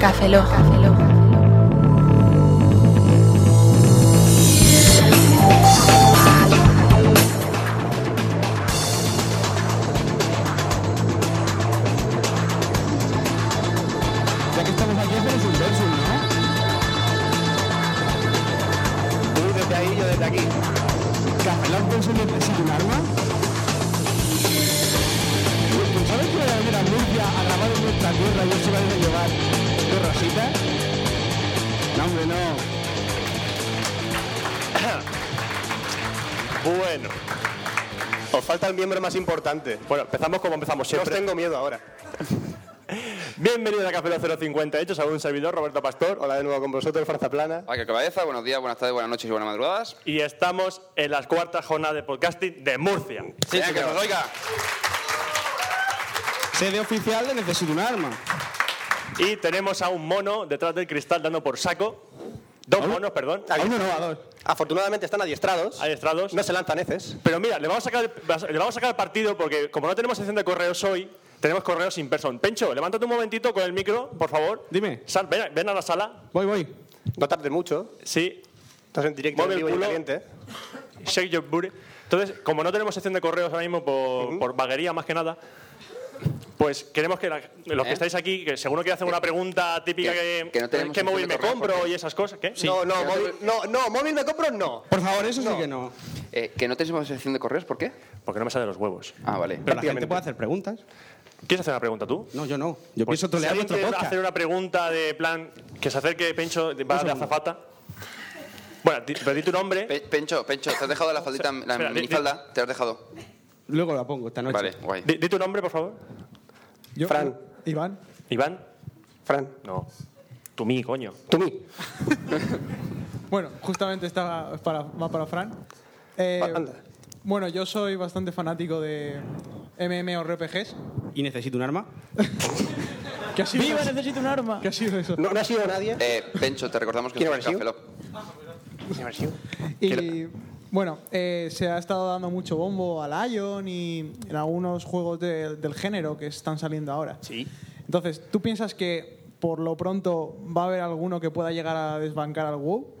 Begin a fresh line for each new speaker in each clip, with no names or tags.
Café Loja. Café Loja.
Ya que estamos aquí, hacemos un versus, ¿no? Tú desde ahí, yo desde aquí. ¿Cafelán versus de Presidio un arma? ¿Tú Pues, sabes que voy a venir a Murcia a grabar en nuestra tierra y yo se va a ir a llevar tu rosita? No, hombre, no.
Bueno, os falta el miembro más importante. Bueno, empezamos como empezamos
Yo os
siempre.
tengo miedo ahora.
Bienvenidos a Café Lock 050, hechos a un servidor, Roberto Pastor. Hola de nuevo con vosotros, Farza Plana.
Aquí cabeza, buenos días, buenas tardes, buenas noches y buenas madrugadas.
Y estamos en las cuartas jornadas de podcasting de Murcia.
Sí, que nos oiga.
Sede oficial de Necesito un arma.
Y tenemos a un mono detrás del cristal dando por saco. Dos monos, perdón.
A un innovador.
Afortunadamente están adiestrados.
Adiestrados.
No se lanzan heces.
Pero mira, le vamos a sacar, le vamos a sacar partido porque como no tenemos sección de correos hoy, tenemos correos in person. Pencho, levántate un momentito con el micro, por favor.
Dime.
Sal, ven, a- ven a la sala.
Voy, voy.
No tardes mucho.
Sí.
Estás en directo,
Mueve
en
el
vivo y en
culo.
caliente.
Shake your booty. Entonces, como no tenemos sección de correos ahora mismo por, por vaguería más que nada, pues queremos que la- los que
¿Eh?
estáis aquí, que seguro que hacen una pregunta típica
que-
que,
que no tenemos
¿qué
sección
móvil
de
me
correos,
compro
porque-
y esas cosas. ¿Qué?
No, no, móvil, no, no, móvil me compro, no.
Por favor, eso sí que no.
Eh, ¿Que no tenemos sección de correos? ¿Por qué?
Porque no me sale de los huevos.
Ah, vale.
Pero la gente puede hacer preguntas.
¿Quieres hacer una pregunta tú?
No, yo no. Yo pienso
Si
trolear
alguien
nuestro
quiere
podcast.
hacer una pregunta de plan que se acerque Pencho de, va de azafata. Bueno, di- pero di tu nombre.
Pe- Pencho, Pencho, ¿te has dejado la faldita, la
espera, di-
minifalda? ¿Te has dejado?
Luego la pongo esta noche.
Vale, guay.
Di, di tu nombre, por favor.
Yo,
Fran.
Iván.
Iván.
Fran,
No. Tú mí, coño.
tú mí.
Bueno, justamente esta para, va para Fran. Eh,
Va, anda.
bueno, yo soy bastante fanático de MMORPGs.
Y necesito un arma.
¿Qué ha sido ¡Viva, necesito un arma! ¿Qué ha sido eso?
No, no ha sido nadie.
Eh, Pencho, te recordamos que
¿Quién
estás en
habrá
Café Lock.
Y bueno, eh, se ha estado dando mucho bombo al Ion y en algunos juegos de- del género que están saliendo ahora.
Sí.
Entonces, ¿tú piensas que por lo pronto va a haber alguno que pueda llegar a desbancar al WoW?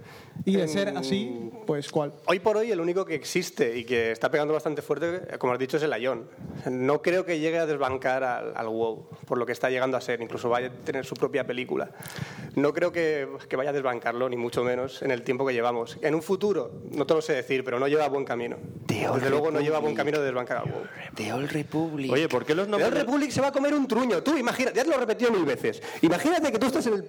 Y de ser así, pues ¿cuál?
Hoy por hoy el único que existe y que está pegando bastante fuerte, como has dicho, es el Ion. No creo que llegue a desbancar al, al WoW, por lo que está llegando a ser. Incluso vaya a tener su propia película. No creo que, que vaya a desbancarlo, ni mucho menos, en el tiempo que llevamos. En un futuro, no te lo sé decir, pero no lleva buen camino. Desde luego no lleva buen camino de desbancar al WoW.
The Old Republic.
Oye, ¿por qué los
No,
nombres?
Republic se va a comer un truño. Tú, imagínate, ya te lo he repetido mil veces. Imagínate que tú estás en el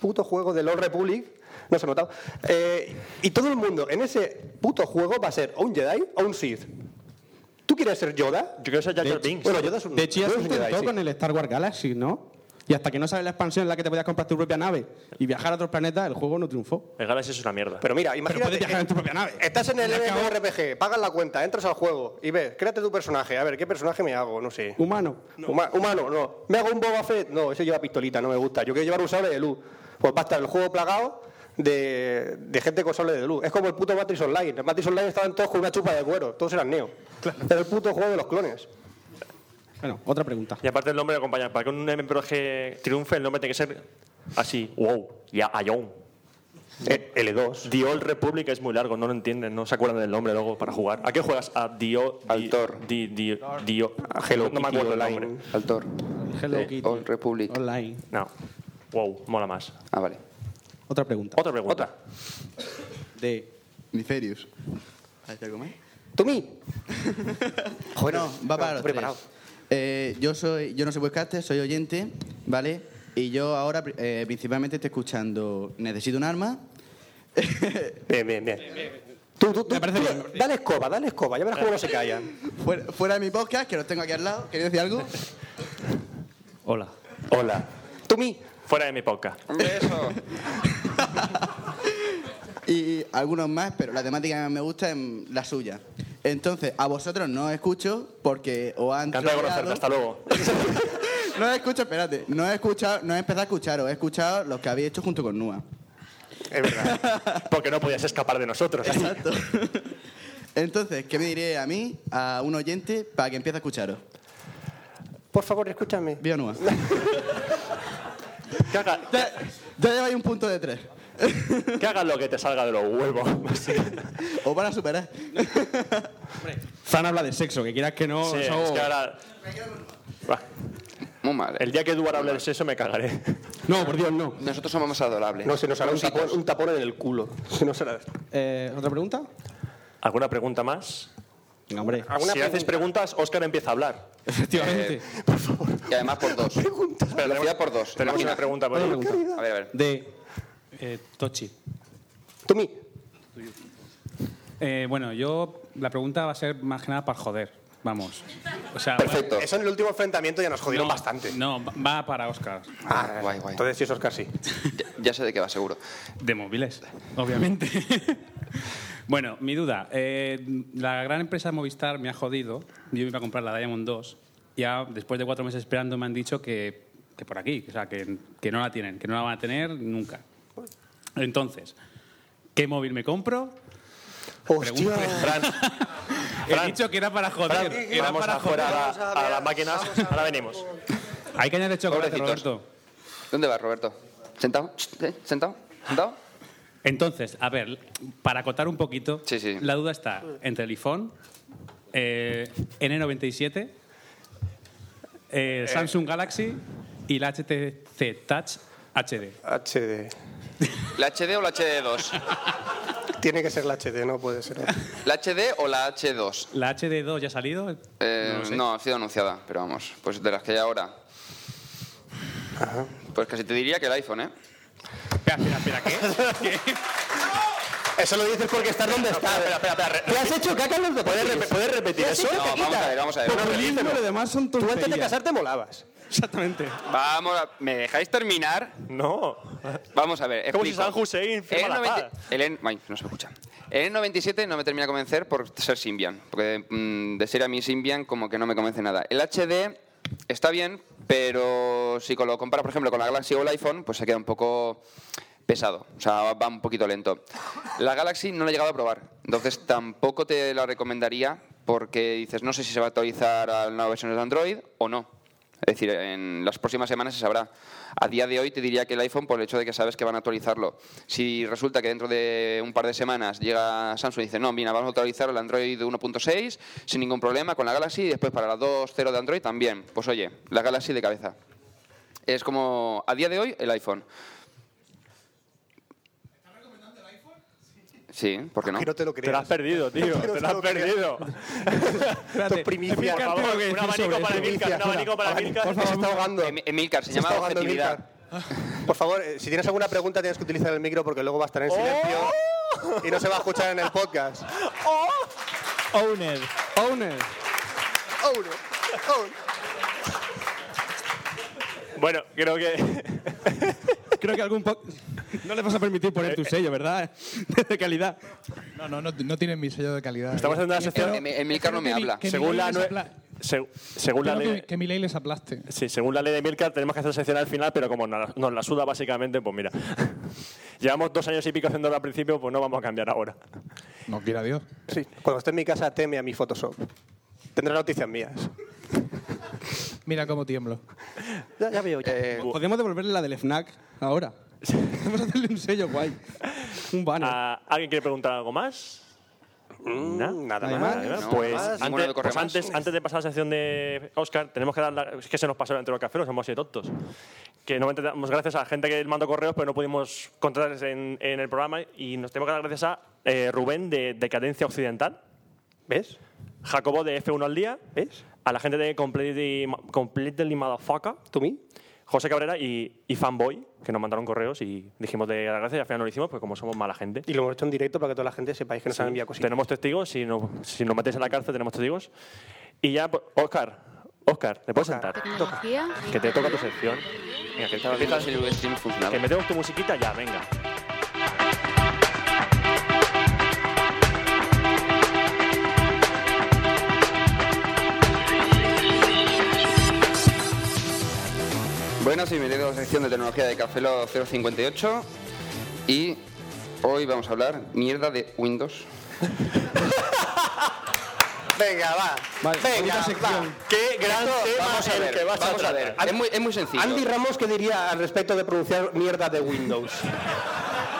puto juego de Old Republic, no se ha notado, eh, y todo el mundo en ese puto juego va a ser o un Jedi o un Sith. ¿Tú quieres ser Yoda?
Yo creo que soy Jar Jar Binks.
Bueno, Yoda es un...
De hecho, ya
Yoda
se
es un Jedi,
intentó
sí.
con el Star Wars Galaxy, ¿no? Y hasta que no sale la expansión en la que te podías comprar tu propia nave y viajar a otros planetas, el juego no triunfó.
El Galaxy es una mierda.
Pero mira,
Pero puedes
imagínate...
viajar en tu propia nave.
Estás en el
Al cabo,
MMORPG, pagas la cuenta, entras al juego y ves, créate tu personaje. A ver, ¿qué personaje me hago? No sé.
Humano.
Huma- humano, no. ¿Me hago un Boba Fett? No, ese lleva pistolita, no me gusta. Yo quiero llevar un sable de luz. Pues va a estar el juego plagado de, de gente con sable de luz. Es como el puto Matrix Online. En Matrix Online estaban todos con una chupa de cuero. Todos eran neo. Era el puto juego de los clones.
Bueno, otra pregunta.
Y aparte el nombre lo acompaña. Para que un MMORPG triunfe, el nombre tiene que ser así. Wow. Ya, Ion.
Eh, L2.
The Old Republic es muy largo, no lo entienden, no se acuerdan del nombre luego para jugar. ¿A qué juegas? A The Old...
Al
The-
Thor.
The- The- The-
A Hello
No me
Kitty
acuerdo el
Online.
nombre.
Altor.
Hello
Eh,
Kitty.
Old Republic.
Online.
No. Wow, mola más.
Ah, vale.
Otra pregunta.
Otra pregunta.
De
Miferius. ¿Hay que comer?
Tommy.
Bueno, va para los
preparado.
tres. Eh, yo, soy, yo no soy podcaster, soy oyente, ¿vale? Y yo ahora eh, principalmente estoy escuchando Necesito un arma.
Bien, bien, bien. Tú, tú, tú,
Me parece
tú,
bien, me parece
dale escoba, dale escoba. Ya verás cómo no se callan.
Fuera, fuera de mi podcast, que los tengo aquí al lado. ¿Queréis decir algo?
Hola.
Hola. Tommy.
Fuera de mi podcast.
Un beso.
y algunos más, pero la temática que más me gusta es la suya. Entonces, a vosotros no os escucho porque os han
Encantado de
troleado.
conocerte, hasta luego.
No he escuchado, espérate, no he escuchado, no he empezado a escucharos, he escuchado los que habéis hecho junto con Nua.
Es verdad. Porque no podías escapar de nosotros.
Exacto. Entonces, ¿qué me diré a mí, a un oyente, para que empiece a escucharos?
Por favor, escúchame.
Vía Nua.
Que, haga-
Ya, ya lleváis un punto de tres.
que hagas lo que te salga de los huevos. Sí,
Os van a superar.
Fran habla de sexo, que quieras que no.
es
eso-
que ahora. Buah,
Muy mal. eh.
El día que Duar hable de sexo me cagaré.
No, por Dios, no.
Nosotros somos más adorables.
No, se nos hará un tapón, un tapón en el culo. Se nos hará...
Eh, ¿Otra pregunta?
¿Alguna pregunta más?
Venga, hombre.
Si haces preguntas, Óscar empieza a hablar.
Efectivamente.
Eh, Y además por dos. Velocidad por dos.
Tenemos
Imagina.
una pregunta por
Otra
ahí.
pregunta.
A ver, a ver.
De eh, Tochi.
Tommy,
Eh, bueno, yo la pregunta va a ser más que nada para joder. Vamos. O sea,
Perfecto.
eso en el último enfrentamiento ya nos jodieron bastante.
No, va- va para Oscar.
Ah, guay, guay.
Entonces sí es Oscar, sí.
Ya, ya sé de qué va, seguro.
De móviles, obviamente. bueno, mi duda. eh, la gran empresa Movistar me ha jodido. Yo me iba a comprar la Diamond 2. Ya después de cuatro meses esperando me han dicho que, que por aquí, o sea, que, que no la tienen, que no la van a tener nunca. Entonces, ¿qué móvil me compro?
¡Hostia!
Fran,
He dicho que era para
Fran,
joder. era
vamos
para
a jugar
joder.
a, la- a las máquinas. Ahora venimos.
Hay que añadir chocolate,
Pobrecitos.
Roberto.
¿Dónde vas, Roberto? ¿Sentado? ¿Eh? ¿Sentado? ¿Sentado?
Entonces, a ver, para acotar un poquito,
Sí, sí.
la duda está entre el iPhone, eh, N97, eh, Samsung Galaxy y la HTC Touch HD.
HD.
¿La HD o la HD2?
Tiene que ser la HD, no puede ser. otra.
¿La HD o la H2?
¿La HD2 ya ha salido?
Eh,
No lo sé.
no, ha sido anunciada, pero vamos. Pues de las que hay ahora. Pues casi te diría que el iPhone, ¿eh?
Espera, espera, espera, ¿qué? ¿Qué?
Eso lo dices porque estás donde estás.
Espera, espera, espera.
¿Te has hecho caca en los
¿Puedes, rep-
deportes?
puedes repetir eso?
No, vamos a ver, vamos a ver. vamos a ver.
Populismo, lo demás son
Tú antes de
tonterías.
casarte molabas.
Exactamente.
Vamos a... ¿Me dejáis terminar?
No.
Vamos a ver,
Como si
explico.
San Hussein firma
el
la
90
paz.
el N- Ay, no se me escucha. El N97 no me termina de convencer por ser Symbian. Porque mm, de ser a mí Symbian como que no me convence nada. El HD está bien, pero si con- lo compara, por ejemplo, con la Galaxy o el iPhone, pues se queda un poco pesado. O sea, va un poquito lento. La Galaxy no la he llegado a probar. Entonces tampoco te la recomendaría porque dices, no sé si se va a actualizar a la nueva versión de Android o no. Es decir, en las próximas semanas se sabrá. A día de hoy te diría que el iPhone, por el hecho de que sabes que van a actualizarlo, si resulta que dentro de un par de semanas llega Samsung y dice, no, mira, vamos a actualizar el Android 1.6 sin ningún problema con la Galaxy y después para la 2.0 de Android también. Pues oye, la Galaxy de cabeza. Es como, a día de hoy, el iPhone. Sí, ¿por qué no?
Ah, Que no te lo
Te la has
creas.
perdido, tío. Te la has perdido.
Esto es primicia.
Por favor, un abanico para Emilcar. Un este abanico para Emilcar.
Se está ahogando.
Em- Emilcar, se,
Se
llama
está ahogando
objetividad.
Emilcar. Por favor, eh, si tienes alguna pregunta tienes que utilizar el micro porque luego va a estar en silencio y no se va a escuchar en el podcast.
Owner. Owner.
Bueno, creo que
Creo que algún po- No les vas a permitir poner tu sello, ¿verdad? De calidad.
No, no, no, no tienen mi sello de calidad.
estamos haciendo una sección.
Em- Em- Emilcar no me
Espero que
habla.
mi- que
Según
mi
la,
ley les
nue-
apla-
se- según la
espero
ley,
que, que mi ley les aplaste.
sí, según la ley de Milcar tenemos que hacer sección al final, pero como nos, nos la suda básicamente, pues mira, llevamos dos años y pico haciéndolo al principio, pues no vamos a cambiar ahora.
No quiera Dios.
Sí. Cuando esté en mi casa teme a mi Photoshop. Tendrá noticias mías.
Mira cómo tiemblo.
Ya, ya veo. ya.
Eh,
Podemos devolverle la del FNAC ahora. Podemos hacerle un sello guay. Un banner.
Ah, ¿Alguien quiere preguntar algo más? Na-
nada
nada
más,
nada.
no,
pues
nada Mm, más. Ninguno
antes,
de corre
pues
más.
antes, antes de pasar a la sección de Oscar, tenemos que dar la, es que se nos pasó durante los cafés, somos así de tontos. Que no damos gracias a la gente que mandó correos, pero no pudimos contratarles en, en el programa y nos tenemos que dar gracias a eh, Rubén de Decadencia Occidental,
¿Ves?
Jacobo de F1 al día,
¿Ves?
a la gente de Completely, Completely Motherfucker,
¿Tú mí?
José Cabrera y, y Fanboy, que nos mandaron correos y dijimos de las gracias y al final no lo hicimos, pues como somos mala gente.
Y lo hemos hecho en directo para que toda la gente sepáis que nos han enviado cositas.
Tenemos testigos, si, no, si nos metéis en la cárcel tenemos testigos. Y ya, pues, Oscar, Oscar, ¿te puedes sentar?
Tecnología.
Que te toca tu sección. Venga, que,
estaba viendo si el stream funcionaba.
que metemos tu musiquita ya, venga.
Buenas y bienvenidos a la sección de tecnología de Cafelo 058 y hoy vamos a hablar mierda de Windows.
Venga, va.
Vale,
Venga,
bonita sección.
va.
Qué gran
Esto,
tema
vamos a
el
ver,
que vas
vamos
a
a ver.
tratar.
Es muy, es muy sencillo.
Andy Ramos, ¿qué diría al respecto de pronunciar mierda de Windows?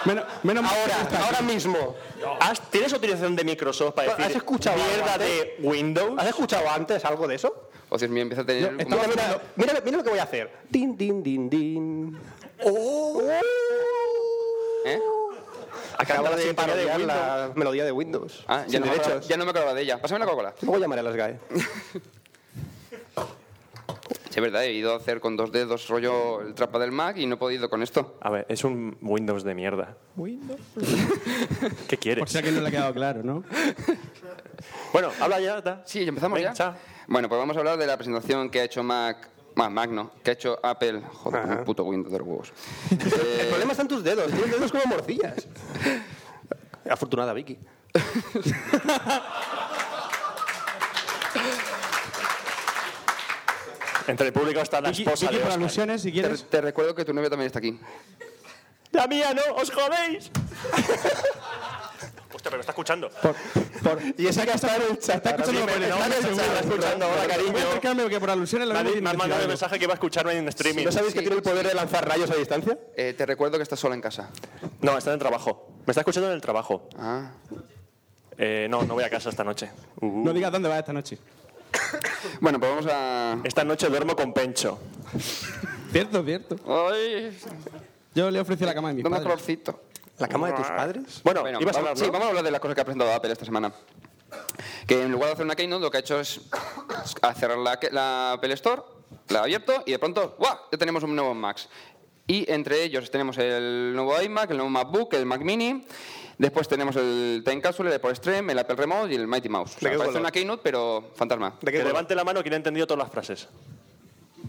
Menos, menos mal que no
Ahora,
está aquí.
ahora mismo.
¿Has- ¿Tienes utilización de Microsoft para
¿Has
decir
escuchado
mierda
algo
de
antes?
Windows?
¿Has escuchado antes algo de eso?
O Dios mío, empieza a tener... como-
Mira, mira, mira, mira lo que voy a hacer. Din, din, din, din. Oh.
¿Eh?
Acabo
la
de
sintonía de
parodiar la melodía de Windows.
Ah, ya
sin
no, me acordaba-
derechos.
ya no me acordaba de ella. Pásame la Coca-Cola.
Luego llamaré a las GAE.
Sí, es verdad, he ido a hacer con dos dedos rollo el trapa del Mac y no he podido con esto.
A ver, es un Windows de mierda. ¿Windows? ¿Qué
Por
quieres?
si a alguien no le ha quedado claro, ¿no?
Bueno, habla ya. da.
Sí, ¿ya empezamos
Venga,
ya.
chao.
Bueno, pues vamos a hablar de la presentación que ha hecho Mac. Ah, Mac no, que ha hecho Apple. Joder, un puto Windows de los huevos.
El problema está en tus dedos. Tienes dedos como morcillas. Afortunada, Vicky.
Entre el público está la
Vicky,
esposa
Vicky,
de
por
Oscar.
alusiones, si
Te,
quieres.
te recuerdo que tu novia también está aquí.
¡La mía no! ¡Os jodéis! Hostia, pero está escuchando.
Y esa que está en el chat. Está
escuchando por el nombre, seguro. Voy a
cariño.
Cambio, que por alusiones lo
Me ha,
mismo
di-
tiene
me han
que
mandado el
decir
mensaje que iba a escucharme en streaming.
¿No sabéis que tiene el poder de lanzar rayos a distancia?
Eh, te recuerdo que estás sola en casa.
No, está en el trabajo. Me está escuchando en el trabajo.
Ah.
Eh, no, no voy a casa esta noche.
Uh.
algo. No digas dónde vas esta noche.
Bueno, pues vamos a.
Esta noche duermo con Pencho.
Cierto, cierto.
Ay,
Yo le ofrecí la
Eh,
cama a mi
dame
padre.
colorcito.
¿La cama de tus
Ah.
padres?
Bueno,
Bueno,
ibas a
vamos-
hablar,
Sí,
¿no?
vamos a hablar de las cosas que ha presentado Apple esta semana. Que en lugar de hacer una keynote, lo que ha hecho es a cerrar la, la Apple Store, la ha abierto y de pronto, ¡guau! Ya tenemos un nuevo Max. Y entre ellos tenemos el nuevo iMac, el nuevo MacBook, el Mac Mini. Después tenemos el Time Capsule, el Apple Stream, el Apple Remote y el Mighty Mouse. O sea,
¿De qué
parece
color?
una keynote, pero fantasma.
¿De
Que
qué color?
levante la mano quien ha entendido todas las frases.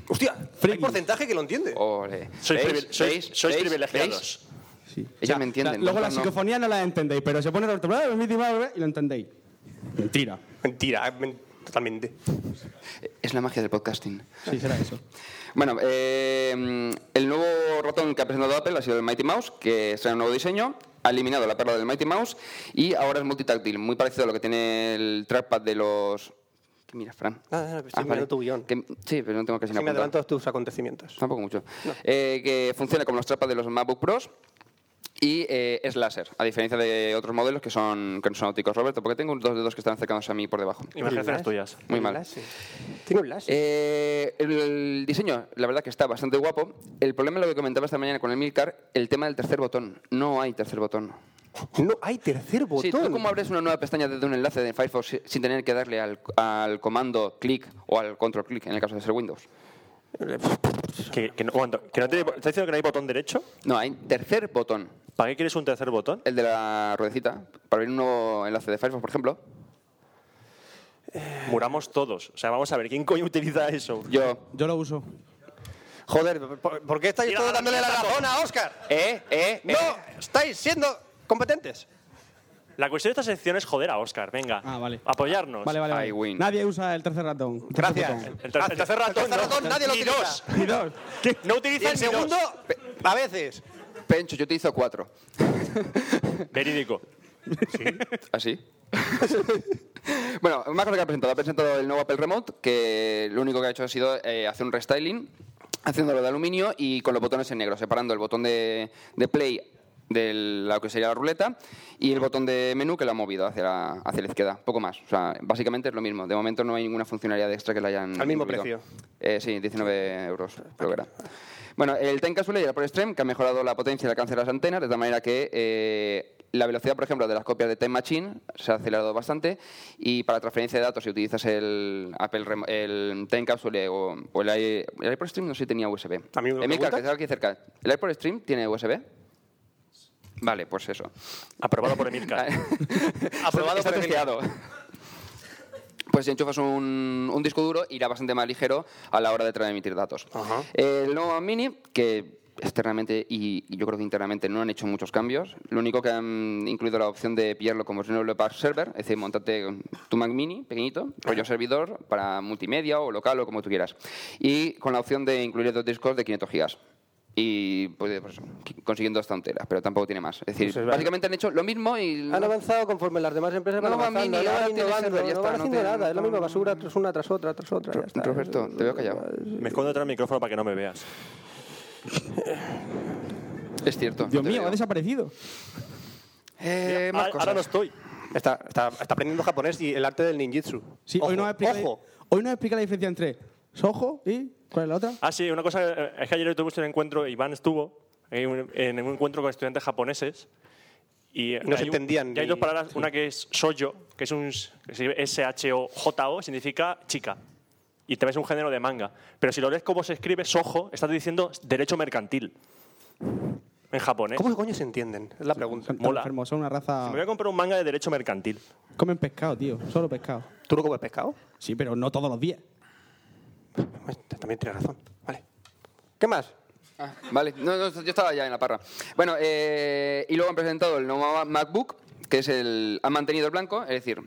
Hostia, hay porcentaje que lo entiende.
Ole.
Sois,
¿Veis?
privil- sois-
¿Veis?
sois
¿Veis?
privilegiados.
Sí.
Ellos me entienden,
la- luego la
nosotros no.
psicofonía no la entendéis, pero se pone el otro lado y lo entendéis. Mentira.
Mentira, eh, men- totalmente.
Pues ¿Veis? Es la magia del podcasting.
Sí, será eso.
Bueno, eh, el nuevo ratón que ha presentado Apple ha sido el Mighty Mouse, que es un nuevo diseño, ha eliminado la perla del Mighty Mouse y ahora es multitáctil, muy parecido a lo que tiene el trackpad de los... ¿Qué mira, Fran? Ah,
Nada, nada, Ah, estoy mirando tu guión.
Que- sí, pero no tengo casi
Así me
nada
adelanto a tus acontecimientos.
Tampoco mucho. Eh, que funciona como los trapas de los MacBook Pros y eh, es láser, a diferencia de otros modelos que son, que no son ópticos. Roberto, porque tengo dos dedos que están acercándose a mí por debajo.
Imagínate las tuyas.
Muy mal.
Tiene un láser.
Eh, el diseño, la verdad que está bastante guapo. El problema es lo que comentaba esta mañana con el Milcar, el tema del tercer botón. No hay tercer botón.
no hay tercer botón.
Sí, ¿tú cómo abres una nueva pestaña desde un enlace de Firefox si- sin tener que darle al, al comando clic o al control clic en el caso de ser Windows?
Eh,
Que, que no, aguanta, que no tiene- ¿Estás diciendo que no hay botón derecho?
No, hay tercer botón.
¿Para qué quieres un tercer botón?
El de la ruedecita, para abrir un nuevo enlace de Firefox, por ejemplo.
Eh.
Muramos todos. O sea, vamos a ver, ¿quién coño utiliza eso?
Yo,
Yo lo uso.
Joder, ¿por, por qué estáis
Mira,
todos dándole la
mira,
razón a Oscar?
eh, eh,
No, estáis siendo competentes.
La cuestión de esta sección es joder a Oscar, venga.
Ah, vale.
Apoyarnos.
Vale, vale, vale.
Pues, I win.
Nadie usa el tercer ratón. Tercer
Gracias.
botón.
El, ter- el tercer ratón,
El tercer
no.
ratón nadie lo
Ni
utiliza.
dos.
Y dos. ¿Qué?
No
Y
utiliza
el segundo, a veces.
Pencho, yo te hizo cuatro.
Verídico.
¿Así? ¿Ah, bueno, más cosas que ha presentado. Ha presentado el nuevo Apple Remote, que lo único que ha hecho ha sido eh, hacer un restyling, haciéndolo de aluminio y con los botones en negro, separando el botón de, de play de lo que sería la ruleta y el botón de menú que lo ha movido hacia la, hacia la izquierda, poco más. O sea, básicamente es lo mismo. De momento no hay ninguna funcionalidad extra que le hayan...
Al mismo
incluido.
precio.
Eh, sí, 19 euros, creo que era. Bueno, el Time Capsule y el Apple Stream, que han mejorado la potencia y el alcance de las antenas, de tal manera que eh, la velocidad, por ejemplo, de las copias de Time Machine se ha acelerado bastante y para transferencia de datos, si utilizas el Apple Remo- el Time Capsule o, o el, i- el Apple Stream, no sé si tenía USB.
¿A mí me lo
Emilcar, que
preguntas?
está aquí cerca. ¿El Apple Stream tiene USB? Vale, pues eso.
Aprobado por Emilcar.
Aprobado por testeado. Pues si enchufas un, un disco duro, irá bastante más ligero a la hora de transmitir datos. El nuevo Mac Mini, que externamente y y yo creo que internamente no han hecho muchos cambios. Lo único que han incluido la opción de pillarlo como si no lo para server, es decir, montarte tu Mac Mini pequeñito, rollo servidor para multimedia o local o como tú quieras. Y con la opción de incluir dos discos de 500 gigas. y pues, pues, consiguiendo dos tonteras, pero tampoco tiene más. Es decir,
Pues es verdad.
básicamente han hecho lo mismo y...
Han avanzado conforme las demás empresas van
No, va
avanzando,
mini,
no
ahora
van
tiene
innovando,
server, ya
no
está,
van
no
haciendo
tiene-
nada, es la misma basura tras una tras otra, tras otra, ya está.
Roberto, te veo callado.
Me escondo detrás del micrófono para que no me veas.
Es cierto.
Dios
te
mío,
veo.
ha desaparecido.
Eh, más
ahora, ahora
cosas.
no estoy.
Está, está, está aprendiendo japonés y el arte del ninjitsu.
Sí,
ojo,
hoy, nos explica,
Oh.
ojo.
hoy nos explica la diferencia entre Soho y. ¿Cuál es la otra?
Ah, sí, una cosa, eh, es que ayer tuvimos un encuentro, Iván estuvo en un, en un encuentro con estudiantes japoneses y eh,
No se
hay un-
entendían
y hay
ni-
dos palabras, una que es soyo, que es un s- que se escribe S-H-O-J-O, significa chica. Y también es un género de manga. Pero si lo lees como se escribe, sojo, estás diciendo derecho mercantil. En japonés.
¿Cómo coño se entienden? Es la pregunta.
Tan
Mola.
enfermos, son una
Me
raza.
voy a comprar un manga de derecho mercantil.
Comen pescado, tío. Solo pescado.
¿Tú no comes pescado?
Sí, pero no todos los días.
Pues, También tienes razón. Vale. ¿Qué más?
Ah, vale, no, no, yo estaba ya en la parra. Bueno, eh, y luego han presentado el nuevo MacBook, que es el... Han mantenido el blanco, es decir...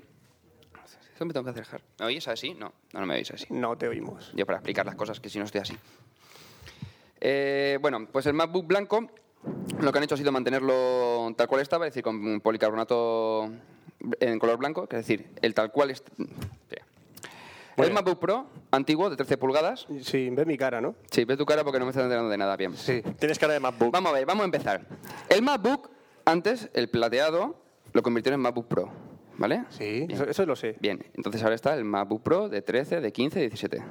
Eso me tengo que acercar. ¿Me oís así? No, no, no me oís así.
No te oímos.
Yo para explicar las cosas, que si no estoy así. Eh, bueno, pues el MacBook blanco lo que han hecho ha sido mantenerlo tal cual estaba, es decir, con policarbonato en color blanco, que es decir, el tal cual... est- Espera. El MacBook Pro antiguo de 13 pulgadas.
Sí, ves mi cara, ¿no?
Sí, ve tu cara porque no me estás enterando de nada bien.
Sí.
Tienes cara de MacBook.
Vamos a ver, vamos a empezar. El MacBook, antes, el plateado, lo convirtieron en MacBook Pro, ¿vale?
Sí,
Bien.
eso, eso lo sé.
Bien, entonces ahora está el MacBook Pro de 13, de 15, de 17.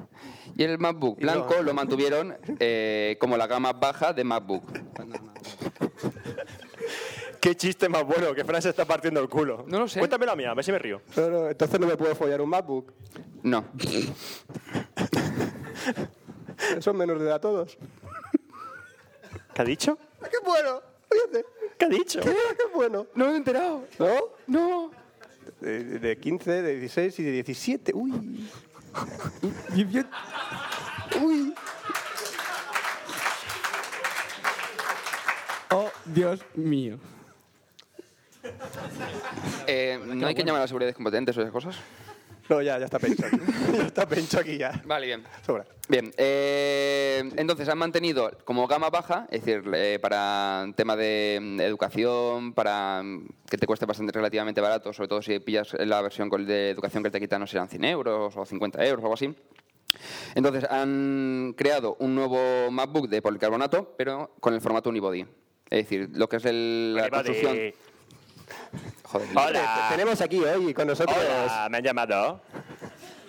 Y el MacBook blanco lo mantuvieron eh, como la gama baja de MacBook.
Qué chiste más bueno, que Fran se está partiendo el culo.
No lo sé.
Cuéntamelo a mí, a ver si me río.
No, no, entonces no me puedo follar un MacBook.
No.
Son menos de edad todos.
¿Qué ha dicho?
¡Qué bueno! Fíjate.
¿Qué ha dicho?
¡Qué bueno!
No me he enterado.
¿No?
No.
De, de 15, de 16 y de 17. ¡Uy! ¡Uy!
Oh, Dios mío.
Eh, ¿No hay que llamar a la seguridad competente o esas cosas?
No, ya, ya está pencho aquí. ya está pencho aquí ya.
Vale, bien.
Sobra.
Bien, eh, entonces han mantenido como gama baja, es decir, eh, para tema de mm, educación, para mm, que te cueste bastante relativamente barato, sobre todo si pillas la versión con- de educación que te quitan, no serán 100 euros o 50 euros o algo así. Entonces han creado un nuevo MacBook de policarbonato, pero con el formato unibody. Es decir, lo que es el, la
Arriba de-
construcción. Joder,
Hola.
Te- Tenemos aquí hoy con nosotros.
Hola, me han llamado.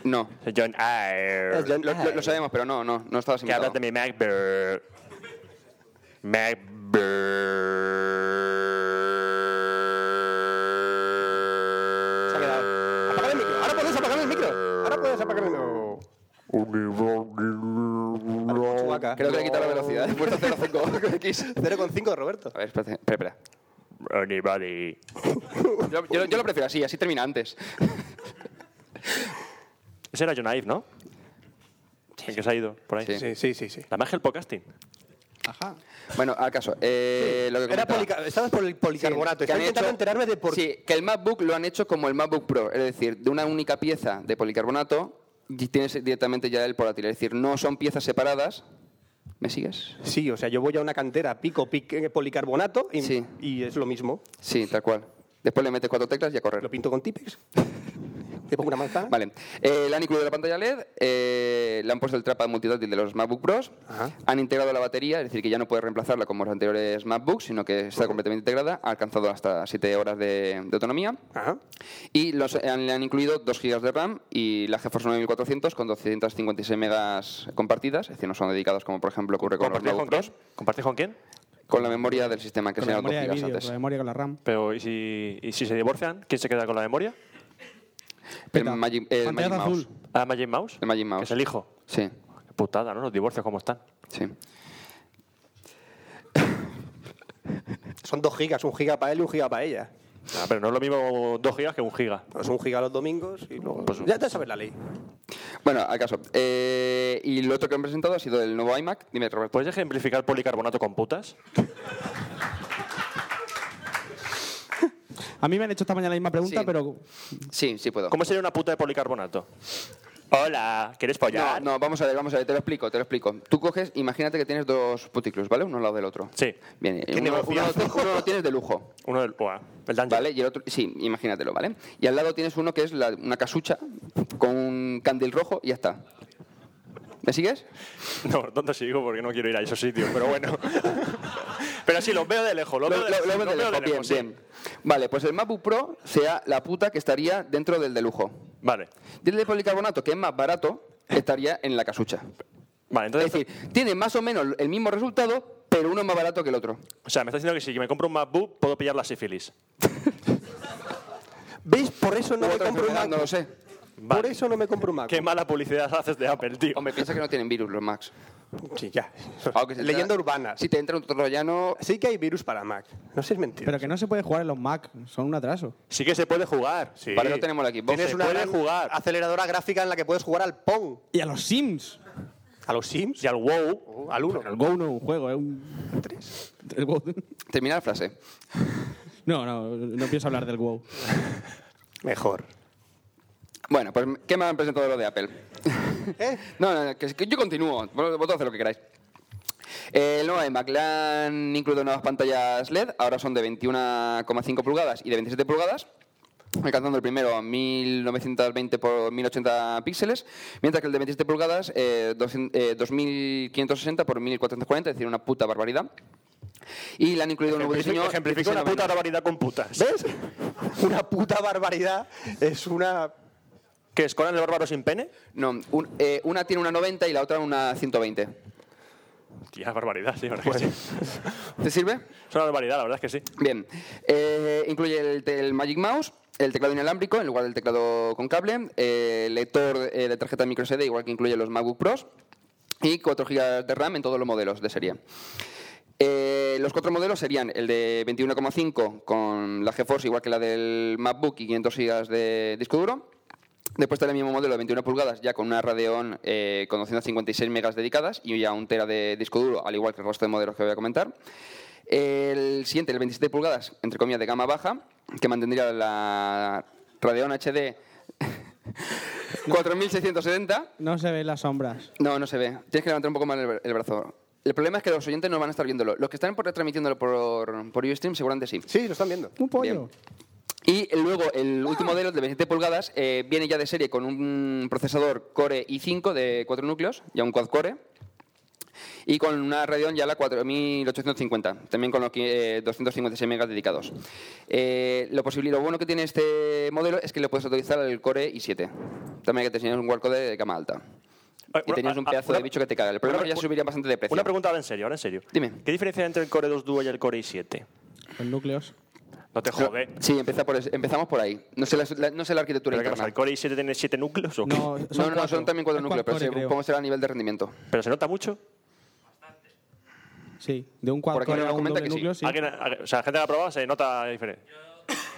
no,
Soy John Ayer.
lo, lo- lo sabemos, pero no, no, no estabas
Que hablas
invitado.
de mi MacBook. MacBook.
Se ha quedado. Apagar el micro. Ahora puedes apagar el micro. Ahora puedes apagar el micro. pues, Chubaca.
Creo que le he quitado la velocidad. He puesto 0,5 X.
0,5 Roberto.
A ver, espérate, espera,
Anybody.
espera. Yo, yo- yo lo prefiero así, así termina antes.
Ese era John Ive, ¿no? El que se ha ido por ahí.
Sí.
Sí, sí, sí. sí.
La magia del podcasting.
Bueno, al caso. eh, lo que
Era
comentaba.
polica- Estabas por el
Sí,
policarbonato.
que
Estaba
han
intentando
hecho-
enterarme de por qué.
Sí, que el MacBook lo han hecho como el MacBook Pro, es decir, de una única pieza de policarbonato y tienes directamente ya el portátil. Es decir, no son piezas separadas. ¿Me sigues?
Sí, o sea, yo voy a una cantera, pico, pic- eh, policarbonato y,
Sí.
y es lo mismo.
Sí, tal cual. Después le metes cuatro teclas y a correr.
Lo pinto con Tipex. Te pongo una manzana.
Vale. Eh, le han incluido la pantalla LED, eh, le han puesto el trapa multitáctil de los MacBook Pros,
Ajá.
han integrado la batería, es decir, que ya no puedes reemplazarla como los anteriores MacBooks, sino que está completamente integrada, ha alcanzado hasta 7 horas de, de autonomía.
Ajá.
Y los, eh, han- le han incluido 2 GB de RAM y la GeForce 9400 con 256 megas compartidas, es decir, no son dedicadas como por ejemplo ocurre con los
¿Compartías con
MacBook Pros,
quién? ¿Compartías con quién?
con la memoria del sistema que
Con la
serían los 2
memoria de
GB
vídeo, con
antes.
la memoria con la RAM.
Pero ¿y si, y si se divorcian? ¿Quién se queda con la memoria?
El
Peta.
Magic, el
Pantalla
Magic
azul.
Mouse.
¿A Ah, Magic Mouse?
El Magic
Que
Mouse.
es el hijo.
Sí,
Qué Putada, ¿no? Los divorcios, ¿cómo están?
sí.
Son dos gigas, un giga para él y un giga para ella.
Ah, pero no es lo mismo 2 gigas que 1 giga.
Pues un giga los domingos y luego...
Pues
ya te sabes la ley.
Bueno, al caso. Eh, y lo otro que han presentado ha sido el nuevo iMac. Dime, Roberto.
¿Puedes ejemplificar policarbonato con putas?
A mí me han hecho esta mañana la misma pregunta,
Sí.
pero
Sí, sí puedo.
¿Cómo sería una puta de policarbonato? Hola, ¿quieres
No,
follar?
no, vamos a ver, vamos a ver, te lo explico, te lo explico. Tú coges, imagínate que tienes dos puticlus, ¿vale? Uno al lado del otro.
Sí.
Bien, eh,
Qué
uno, uno,
negociazo.
uno lo tienes de lujo,
Uno del. Buah, el dungeon.
¿vale? Y el otro, sí, imagínatelo, ¿vale? Y al lado tienes uno que es la- una casucha con un candil rojo y ya está. ¿Me sigues?
No, tonto sigo porque no quiero ir a esos sitios, pero bueno. pero sí, los veo de lejos, los
Lo-
veo de lejos.
lo- lo
los
ves de
veo de
lejos, bien,
lejos, sí.
bien. Vale, pues el MacBook Pro sea la puta que estaría dentro del de lujo.
Vale.
Y el de policarbonato, que es más barato, estaría en la casucha.
Vale,
Es
entonces.
decir, tiene más o menos el mismo resultado, pero uno es más barato que el otro.
o sea, me estás diciendo que si me compro un MacBook puedo pillar la sífilis.
¿Veis? Por eso no
U
me
otra
compro un
enfermedad,
Mac.
No lo sé.
Vale.
Por eso no me compro
Ah,
un Mac.
Qué mala publicidad haces de Apple, tío.
Hombre, piensa que no tienen virus los Macs.
Sí, ya.
Aunque se te-
Leyenda urbana.
Si te entra un troyano,
Sí que hay virus para Mac. No sé, es mentira.
Pero que no se puede jugar en los Mac, son un atraso.
Sí que se puede jugar. Sí.
para eso tenemos la Xbox.
Tienes
Tienes
se
una
puede
gran
jugar.
aceleradora gráfica en la que puedes jugar al Pong,
Y a los Sims.
a los Sims,
Y al WoW.
o al 1.
El Go no es un juego, es un. El Go-
Termina la frase.
No, no, no pienso hablar del WoW.
Mejor.
Bueno, pues ¿qué me han presentado lo de Apple?
¿Eh?
No, no, no, que, que yo continúo. Vos- Vosotros haced lo que queráis. Eh, El nuevo iMac le han incluido nuevas pantallas LED. Ahora son de 21,5 pulgadas y de 27 pulgadas. Alcanzando el primero a 1920 por 1080 píxeles, mientras que el de 27 pulgadas eh, 200, eh, 2560 por 1440, es decir, una puta barbaridad. Y le han incluido un nuevo diseño.
Ejemplifica una
1690.
puta barbaridad con putas.
¿Ves? Una puta barbaridad. Es una.
¿Que es Conan el bárbaro sin pene?
No, un- eh, una tiene una 90 y la otra una 120.
Tía, barbaridad, sí, la verdad que sí.
¿Te sirve?
Es una barbaridad, la verdad es que sí.
Bien. Eh, incluye el, te- el Magic Mouse, el teclado inalámbrico en lugar del teclado con cable, eh, lector eh, de tarjeta micro SD, igual que incluye los MacBook Pros, y 4 GB de RAM en todos los modelos de serie. Eh, los cuatro modelos serían el de 21,5 con la GeForce igual que la del MacBook y 500 GB de disco duro. Después está el mismo modelo de 21 pulgadas, ya con una Radeon eh, con 256 megas dedicadas y ya un tera de disco duro, al igual que el resto de modelos que voy a comentar. El siguiente, el 27 pulgadas, entre comillas, de gama baja, que mantendría la Radeon HD 4670.
No se ven las sombras.
No, no se ve. Tienes que levantar un poco más el, bra- el brazo. El problema es que los oyentes no van a estar viéndolo. Los que están por transmitiéndolo por, por Ustream seguramente sí.
Sí, lo están viendo.
Un pollo.
Bien. Y luego el último modelo, el de 27 pulgadas, eh, viene ya de serie con un procesador Core i5 de 4 núcleos, ya un quad core, y con una Radeon ya la 4850, también con los que- eh, 256 megas dedicados. Eh, lo, posible, lo bueno que tiene este modelo es que le puedes autorizar al Core i7, también que te enseñas un quad core de gama alta.
Oye,
Y
una-
tenías un
a- a-
pedazo
una-
de bicho que te caga. El problema
una-
es que ya subiría bastante de precio.
Una pregunta ahora en serio, ahora en serio.
Dime.
¿Qué diferencia hay entre el Core 2 Duo y el Core i7?
Los núcleos.
No te jode.
Sí, empieza por, es- empezamos por ahí. No sé la, la- no sé la arquitectura
¿Pero qué pasa?
interna.
¿El Core i7 tiene 7 núcleos o
No,
qué?
son
no, no, no,
cuatro.
son también cuatro
Es
núcleos, pero
cuadcore,
sí,
creo.
supongo que será a nivel de rendimiento.
¿Pero se nota mucho?
Sí, de un cuadro
aquí nos
a un
comenta
doble
que sí.
núcleo, sí.
¿Alguien ha- alguien- o sea, la gente que ha probado se nota diferente.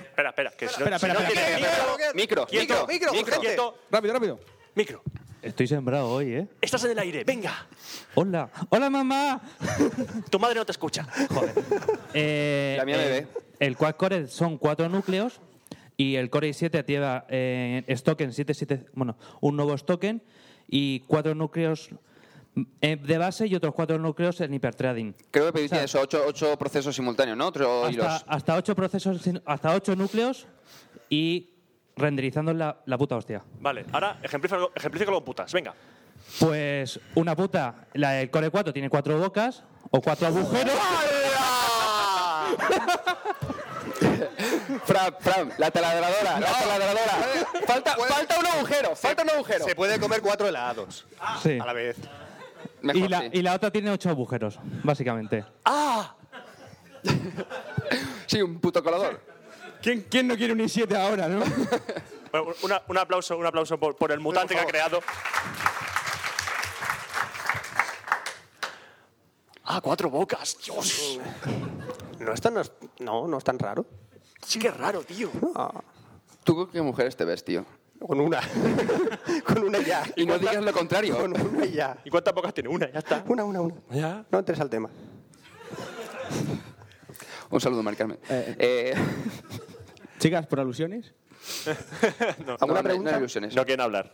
espera, espera. Que si no,
Espera,
si
espera,
no
espera,
tiene-
espera,
Micro,
quieto,
micro,
micro,
micro.
quieto,
Rápido, rápido.
micro.
Estoy sembrado hoy, ¿eh?
Estás en el aire, venga.
Hola. Hola, mamá.
Tu madre no te escucha. Joder.
Eh,
La mía me
eh,
ve.
El quad core son cuatro núcleos y el core i7 lleva eh, stock en 77, bueno, un nuevo stock en y cuatro núcleos eh, de base y otros cuatro núcleos en hipertrading.
Creo que pedí
sea,
eso, ocho, ocho procesos simultáneos, ¿no? Ocho
Hasta,
hilos.
hasta ocho procesos, sin- hasta ocho núcleos y renderizando la, la puta hostia.
Vale, ahora ejemplifícalo ejemplifícalo con putas, venga.
Pues una puta, la del core 4 tiene cuatro bocas o cuatro agujeros.
Fran, Fran, la taladradora, la taladradora. Falta, falta un agujero, falta un agujero.
Se puede comer cuatro helados
Sí.
a la vez.
Mejor,
Y la,
sí.
y la otra tiene ocho agujeros, básicamente.
Sí, un puto colador.
¿Quién, ¿Quién no quiere un i7 ahora, no?
Bueno, una- un aplauso, un aplauso por, por el mutante que ha creado. Ah, cuatro bocas, Dios.
No es tan, no, no es tan raro.
Sí que es raro, tío.
¿Tú con qué mujeres te ves, tío?
Con una. con una ya.
Y no digas lo contrario.
Con una ya.
¿Y cuántas bocas tiene? Una, ya está.
Una, una, una.
Ya.
No entres al tema.
Un saludo, Mari Carmen.
Eh,
Eh,
Chicas, por alusiones.
no, no, no hay ilusiones.
No quieren hablar.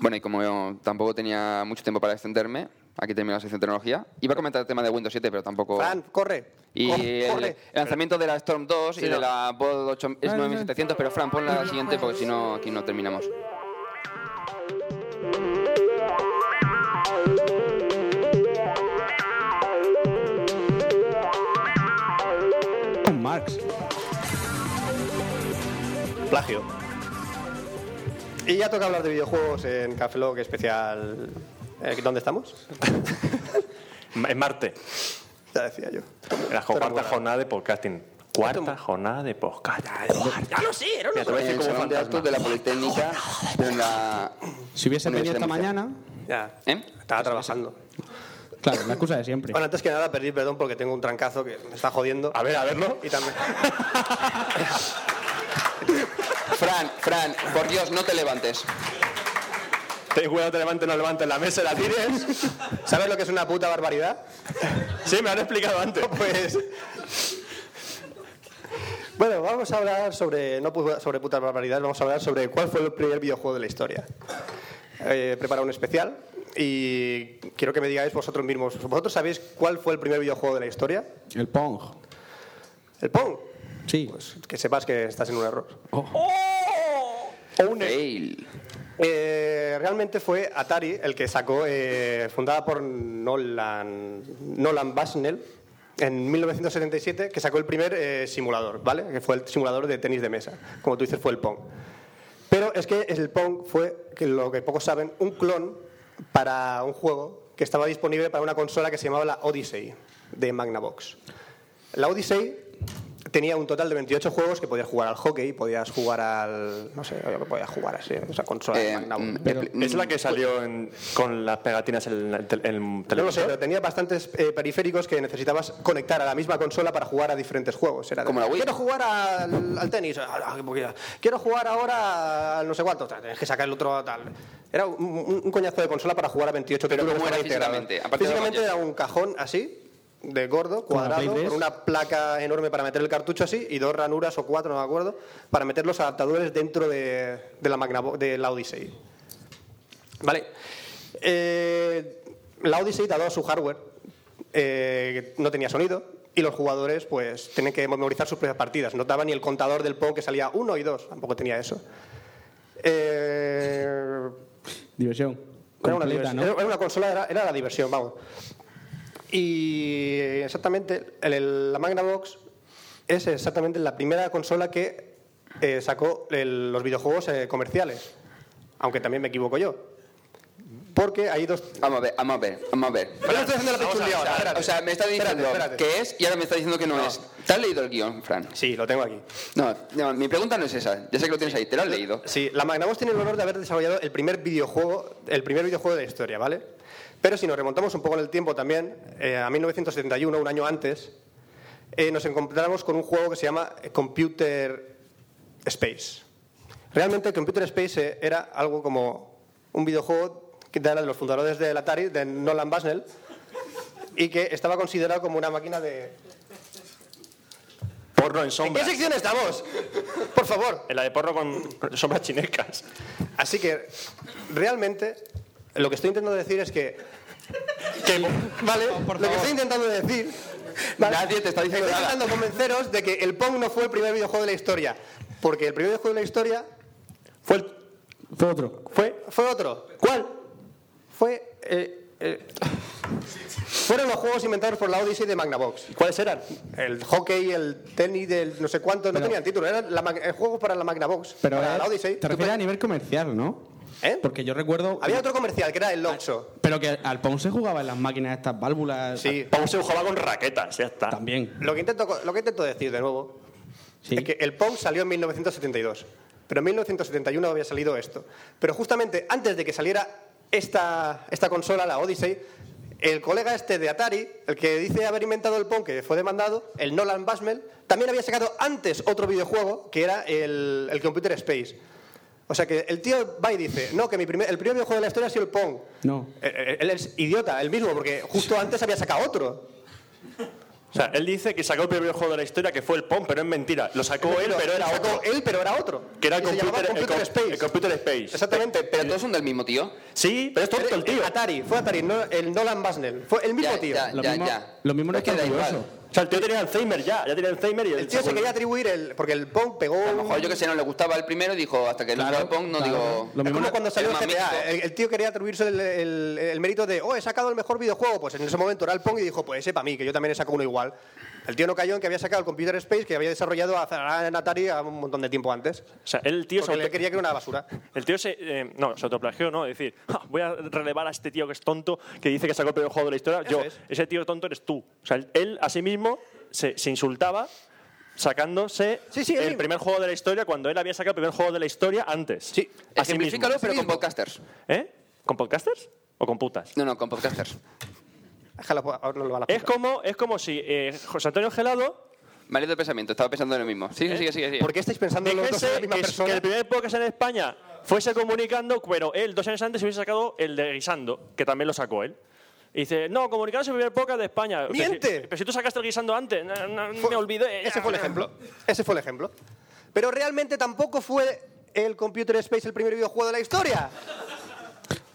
Bueno, y como yo tampoco tenía mucho tiempo para extenderme, aquí termino la sección de tecnología. Iba a comentar el tema de Windows 7, pero tampoco...
Fran, corre.
y
corre,
el,
corre.
el lanzamiento de la Storm 2 y
Sí,
de
no.
la Ball 8, es 9700, pero Fran, pon la siguiente porque si no, aquí no terminamos.
Marx.
Plagio. Y ya toca hablar de videojuegos en Café Lock especial. eh, ¿Dónde estamos?
En Marte.
Ya decía yo.
La jo-
Pero
cuarta
bueno.
jornada de podcasting. Cuarta jornada de podcast.
Ya lo sé, era
Mira, te voy a
Eh,
decir
el
como
salón de
fantasma.
actos de la Politécnica de la...
Si hubiese venido
Universidad
esta
de Murcia.
mañana.
Ya.
¿Eh?
Estaba trabajando.
Claro, la excusa de siempre.
Bueno, antes que nada, pedir perdón porque tengo un trancazo que me está jodiendo.
A ver, a verlo.
Y también.
Fran, Fran, por Dios, no te levantes.
Ten cuidado, te levantes, no levantes la mesa, la tires.
¿Sabes lo que es una puta barbaridad?
Sí, me lo han explicado antes.
Pues. Bueno, vamos a hablar sobre. No pu- sobre putas barbaridades, vamos a hablar sobre cuál fue el primer videojuego de la historia. Eh, He preparado un especial y quiero que me digáis vosotros mismos. ¿Vosotros sabéis cuál fue el primer videojuego de la historia?
El Pong.
¿El Pong?
Sí.
Pues que sepas que estás en un error.
Fail.
Eh, realmente fue Atari el que sacó, eh, fundada por Nolan, Nolan Bushnell, en 1977, que sacó el primer eh, simulador, ¿vale? Que fue el simulador de tenis de mesa. Como tú dices, fue el Pong. Pero es que el Pong fue, que lo que pocos saben, un clon para un juego que estaba disponible para una consola que se llamaba la Odyssey de Magnavox. La Odyssey tenía un total de 28 juegos que podías jugar al hockey, podías jugar al... no sé, lo que podías jugar así, esa consola de
Eh,
Magnavox.
mm, eh,
Es la que salió en- con las pegatinas en el, tel- en
No lo sé,
televisor.
pero tenía bastantes eh, periféricos que necesitabas conectar a la misma consola para jugar a diferentes juegos. Era de,
Como la Wii.
Quiero jugar al, al tenis. Ah, ah, porque- Quiero jugar ahora al no sé cuánto. Tal, Tienes que sacar el otro tal. Era un, un- un coñazo de consola para jugar a 28
Pero
títulos
¿cómo
que
era
estaban integrados.
físicamente? Aparte de
Físicamente
los
era un cajón así, de gordo,
Play
cuadrado,
tres.
con una placa enorme para meter el cartucho así y dos ranuras o cuatro, no me acuerdo, para meter los adaptadores dentro de, de la, Magnavo- de la Odyssey. Vale. Eh, la Odyssey, dado a su hardware, eh, no tenía sonido y los jugadores pues tenían que memorizar sus propias partidas. No daba ni el contador del Pong que salía uno y dos, tampoco tenía eso. Eh,
Diversión.
era, una
Completa,
divers-
¿no?
era- era una consola, era, era la diversión, vamos. Y exactamente, el- el- la Magnavox es exactamente la primera consola que eh, sacó el- los videojuegos eh, comerciales. Aunque también me equivoco yo. Porque hay dos,
mm, Vamos a ver, vamos a ver, vamos a ver.
Pero no estoy haciendo la pichulía ahora, espérate.
O sea, me está diciendo
Espérate, espérate.
que es y ahora me está diciendo que no, es. ¿Te has leído el guión, Fran?
Sí, lo tengo aquí.
No, no, mi pregunta no es esa. Ya sé que lo tienes ahí, te lo has leído.
Sí, la Magnavox tiene el honor de haber desarrollado el primer videojuego, el primer videojuego de la historia, ¿vale? Pero si nos remontamos un poco en el tiempo también, eh, a 1971, un año antes, eh, nos encontramos con un juego que se llama Computer Space. Realmente Computer Space eh, era algo como un videojuego que era de los fundadores del Atari, de Nolan Bushnell, y que estaba considerado como una máquina de...
Porno en
¿En qué
sombra.
sección estamos? Por favor.
En la de porno con sombras chinescas.
Así que realmente lo que estoy intentando decir es que, que- vale, lo que estoy intentando decir ¿vale?
Nadie te está diciendo
estoy
nada.
intentando convenceros de que el Pong no fue el primer videojuego de la historia, porque el primer videojuego de la historia
Fue el-
Fue otro.
fue fue otro. ¿Cuál? Fue eh, eh, fueron los juegos inventados por la Odyssey de Magnavox.
¿Cuáles eran?
El hockey, el tenis, del no sé cuánto, no tenían título, eran la, mag- eh, juegos para la Magnavox,
Pero
eh,
para
es-
la Odyssey.
te
Tú
refieres
pe-
a nivel comercial, ¿no?
¿Eh?
Porque yo recuerdo.
Había otro comercial que era el
Ah,
Oxxo.
Pero que al Pong se jugaba en las máquinas estas válvulas.
Sí.
Pong se jugaba con raquetas, ya está.
También.
Lo que intento, lo que intento decir de nuevo
Sí.
es que el Pong salió en 1972, pero en 1971 había salido esto. Pero justamente antes de que saliera esta, esta consola, la Odyssey, el colega este de Atari, el que dice haber inventado el Pong, que fue demandado, el Nolan Bushnell, también había sacado antes otro videojuego que era el, el Computer Space. O sea que el tío va y dice, no, que mi primer, el primer videojuego de la historia ha sido el Pong.
No.
Eh, eh, Él es idiota, él mismo, porque justo antes había sacado otro.
O sea, él dice que sacó el primer juego de la historia, que fue el POM, pero es mentira. Lo sacó él, pero era
Sacó
otro.
él, pero era otro.
Que era el
Y se
computer,
llamaba
el
Computer
com-
Space.
el Computer Space.
Exactamente, pero todos son del mismo tío.
Sí, pero es tonto el tío.
eh, Atari, fue Atari, no, el Nolan Bushnell. Fue el mismo
Ya,
tío.
ya, ya, ya. Pero es que da igual.
O sea, el tío tenía Alzheimer ya, ya tenía Alzheimer y
El tío se quería atribuir el. Porque el Pong pegó.
A lo mejor yo que sé, no le gustaba el primero y dijo, hasta que no jugaba al Pong, no digo.
es como cuando salió
el
el
más
GTA.
mixto.
El, el tío quería atribuirse el, el- el mérito de, oh, he sacado el mejor videojuego. Pues en ese momento era el Pong y dijo, pues ese para mí, que yo también he sacado uno igual. El tío no cayó en que había sacado el Computer Space que había desarrollado a- en Atari a un montón de tiempo antes.
O sea, él, el tío, se
porque le
auto-
quería que era una basura.
el tío se, eh, no, se autoplagió, ¿no? Es decir, "Ja, voy a relevar a este tío que es tonto, que dice que sacó el peor juego de la historia.
Eso
Yo,
es.
ese tío tonto eres tú. O sea, él a sí mismo se, se insultaba sacándose
Sí, sí, él
el
mismo.
primer juego de la historia cuando él había sacado el primer juego de la historia antes.
Sí,
a sí mismo.
Simplifícalo, pero con podcasters.
¿Eh? ¿Con podcasters? ¿O con putas?
No, no, con podcasters.
Déjalo, pues, ahora no lo van a
Es como, es como si eh, José Antonio Gelado
Me leo el pensamiento, estaba pensando en lo mismo. Sí, sí, sigue, sigue, sigue.
¿Por qué estáis pensando en los dos en la
dijese
misma
que,
persona?
que el primer podcast en España fuese comunicando, pero él dos años antes hubiese sacado el de Guisando, que también lo sacó él. Y dice, no, comunicando es el primer podcast de España. Pero
¡Miente!
si- Pero si, tú sacaste el guisando antes, no, no,
Fue-
me olvidé.
Ese fue el ejemplo. Ese fue el ejemplo. Pero realmente tampoco fue el Computer Space el primer videojuego de la historia.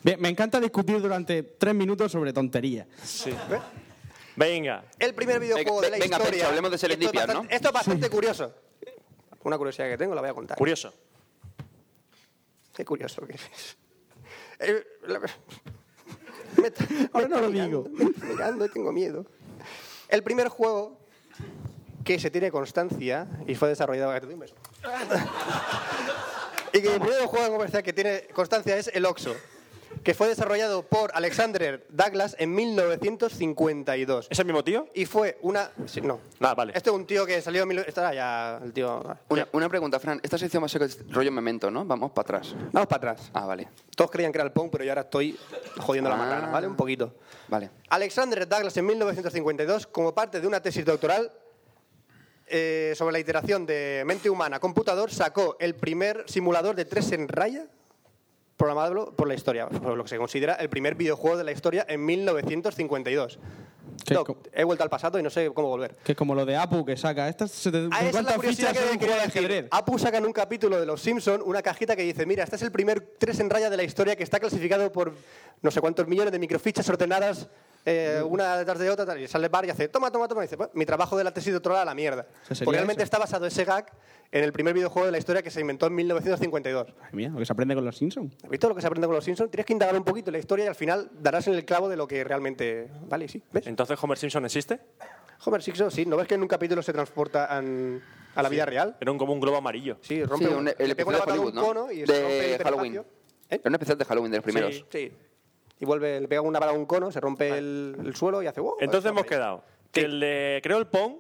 Bien, me encanta discutir durante tres minutos sobre tonterías.
Venga.
¿Eh? El primer videojuego
Venga,
de la
venga,
historia.
Pencho, hablemos de Serendipia,
esto es bastante,
¿no?
Esto es bastante curioso. Una curiosidad que tengo, la voy a contar.
Curioso.
Qué curioso que es. Eh, la- me está- me
Ahora no
está
lo
mirando,
digo.
Me está mirando, tengo miedo. El primer juego que se tiene constancia y fue desarrollado... Te doy un beso. y que el primer juego comercial que tiene constancia es el Oxo, que fue desarrollado por Alexander Douglas en 1952.
¿Es el mismo tío?
Y fue una... sí, no.
Ah, vale.
Este es un tío que salió... en mil- Estará ya el tío...
Una, una pregunta, Fran. Esta sección va a ser el rollo memento, ¿no? Vamos para atrás.
Vamos para atrás.
Ah, vale.
Todos creían que era el Pong, pero yo ahora estoy jodiendo la
Ah.
macana, ¿vale? Un poquito.
Vale.
Alexander Douglas en 1952, como parte de una tesis doctoral eh, sobre la iteración de mente humana computador, sacó el primer simulador de tres en raya programado por la historia, por lo que se considera el primer videojuego de la historia en 1952.
Qué
Doc,
co-
he vuelto al pasado y no sé cómo volver.
Que es como lo de Apu que saca estas 70
Ah, esa es la curiosidad
fichas
que
en un
quería
juego de
decir.
ajedrez.
Apu saca en un capítulo de Los Simpson una cajita que dice, mira, este es el primer tres en raya de la historia que está clasificado por no sé cuántos millones de microfichas ordenadas eh, una detrás de otra, tal, y sale el bar y hace, toma, toma, toma, y dice, "Pues, mi trabajo de la tesis doctoral a la mierda.
sea, sería
Porque realmente
eso.
está basado ese gag en el primer videojuego de la historia que se inventó en 1952.
Madre mía, lo que se aprende con los Simpsons.
¿Has visto lo que se aprende con Los Simpsons? Tienes que indagar un poquito en la historia y al final darás en el clavo de lo que realmente... Vale, sí, ¿ves?
Entonces Homer Simpson existe.
Homer Simpson, sí, ¿no ves que en un capítulo se transportan a la vida real?
Era un, como un globo amarillo.
Sí, rompe
Sí,
un, e-,
un- el
le
episodio
pega una
de
patada a un
Hollywood, ¿no?
cono y
De
se rompe el hiperespacio.
Halloween.
¿Eh?
Era un especial de Halloween de los primeros.
Sí, sí. Y vuelve, le pega una patada a un cono, se rompe el, el suelo y hace... "Wow".
Entonces hemos
Pues Sí.
quedado que el de, creo el Pong,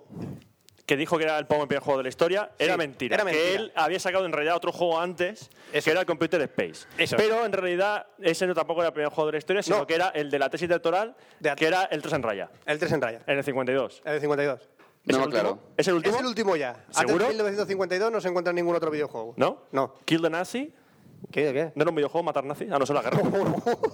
que dijo que era el Pong el primer juego de la historia, era, mentira,
era mentira.
Que él había sacado en realidad otro juego antes, que era el Computer Space.
Eso.
Pero en realidad ese no tampoco era el primer juego de la historia, sino
No.
que era el de la tesis doctoral,
De Eh, at-
que era el 3 en raya,
El 3 en raya,
en el 52.
el de 52.
¿Es
No,
el último?
claro.
¿Es el último?
Es el último ya. Antes
¿Seguro?
de 1952 no se encuentra en ningún otro videojuego.
¿No?
No.
¿Kill the Nazi?
¿Qué? ¿Qué?
¿No era un videojuego matar nazis? Ah, no, son la guerra.
Eh,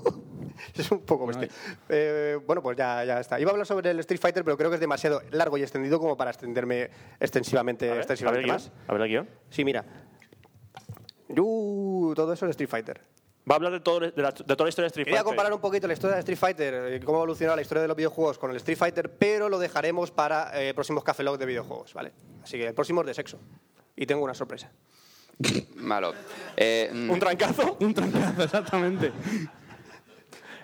es un poco bestia. Eh, bueno, pues ya, ya está. Iba a hablar sobre el Street Fighter, pero creo que es demasiado largo y extendido como para extenderme extensivamente,
a, ver, a, ver el
extensivamente
guión,
más.
a ver el guión.
Sí, mira. Yo- todo eso es Street Fighter.
Va a hablar de, todo, de, la- de toda la historia de Street
Quería
Fighter.
comparar un poquito la historia de Street Fighter, eh, cómo ha evolucionado la historia de los videojuegos con el Street Fighter, pero lo dejaremos para eh, próximos Café Lock de videojuegos, ¿vale? Así que el próximo es de sexo. Y tengo una sorpresa.
Malo. Eh, mm,
¿Un trancazo?
Un trancazo, exactamente.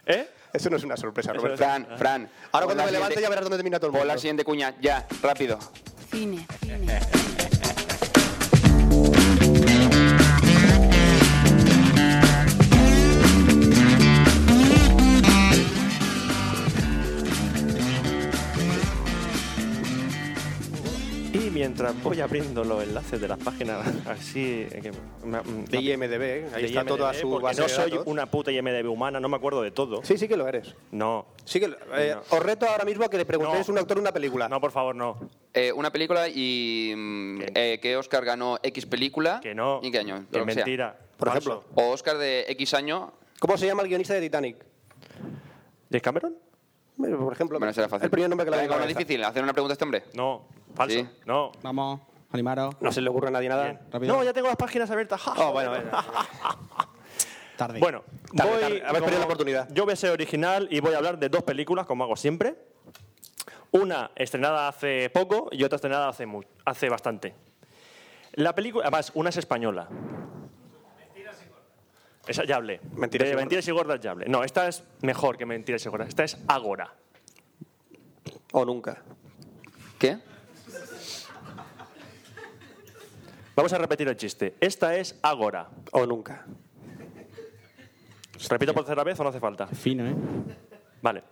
¿Eh?
Eso no es una sorpresa,
Eso
Roberto.
Fran, Fran.
Ahora
pon
cuando
la
me levante
siguiente-
ya verás dónde termina todo el
Pon
mundo.
la siguiente cuña, ya, rápido.
Cine.
Y mientras voy abriendo los enlaces de las páginas, así. eh, Que me- me-
De IMDB, ahí
de
está
IMDb,
toda su
porque
base
No
de
soy
datos.
una puta IMDB humana, no me acuerdo de todo.
Sí, sí que lo eres.
No.
Sí que lo- eh,
No.
Os reto ahora mismo a que le preguntéis
No.
a un autor una película.
No, por favor, no.
Eh, una película y mm,
Que-
eh, que Oscar ganó X película.
Que no.
¿Y qué año?
Que
Lo que sea.
mentira.
Por
Falso.
ejemplo.
O Oscar de X año.
¿Cómo se llama el guionista de Titanic?
¿James Cameron?
Bueno, Por ejemplo,
Bueno, será fácil.
el primer nombre que le
Venga,
venga a la
una
cabeza.
difícil. ¿Hacer una pregunta a este hombre?
No, falso.
Sí.
No.
Vamos, animaros.
No se le ocurre a nadie nada.
Rápido.
ya tengo las páginas abiertas. Ja,
Oh, bueno,
joder.
bueno.
Tarde.
Bueno,
Tarde,
voy,
tarde. Habéis
como-
perdido la oportunidad.
Yo voy a ser original y voy a hablar de dos películas, como hago siempre. Una estrenada hace poco y otra estrenada hace, mu- hace bastante. La película, además, una es española. Mentiras y gordas. Esa ya hablé.
Mentiras
de
y gordas.
mentiras y gordas ya hablé. No, esta es mejor que mentiras y gordas. Esta es Agora.
O nunca.
¿Qué?
Vamos a repetir el chiste. Esta es Agora.
O nunca.
Repito por tercera vez o no hace falta.
Fino, ¿eh?
Vale.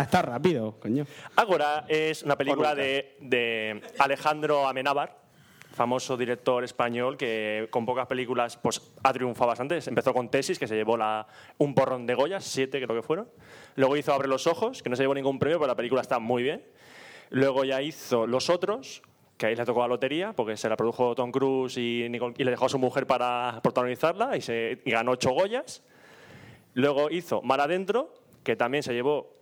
Está rápido, coño.
Ágora es una película
nunca.
de, de Alejandro Amenábar, famoso director español que con pocas películas pues, ha triunfado bastante. Empezó con Tesis, que se llevó la, un porrón de Goya, siete creo que fueron. Luego hizo Abre los ojos, que no se llevó ningún premio, pero la película está muy bien. Luego ya hizo Los Otros, que ahí le tocó la lotería, porque se la produjo Tom Cruise y, Nicole- y le dejó a su mujer para protagonizarla y, se, y ganó ocho Goyas. Luego hizo Mar Adentro, que también se llevó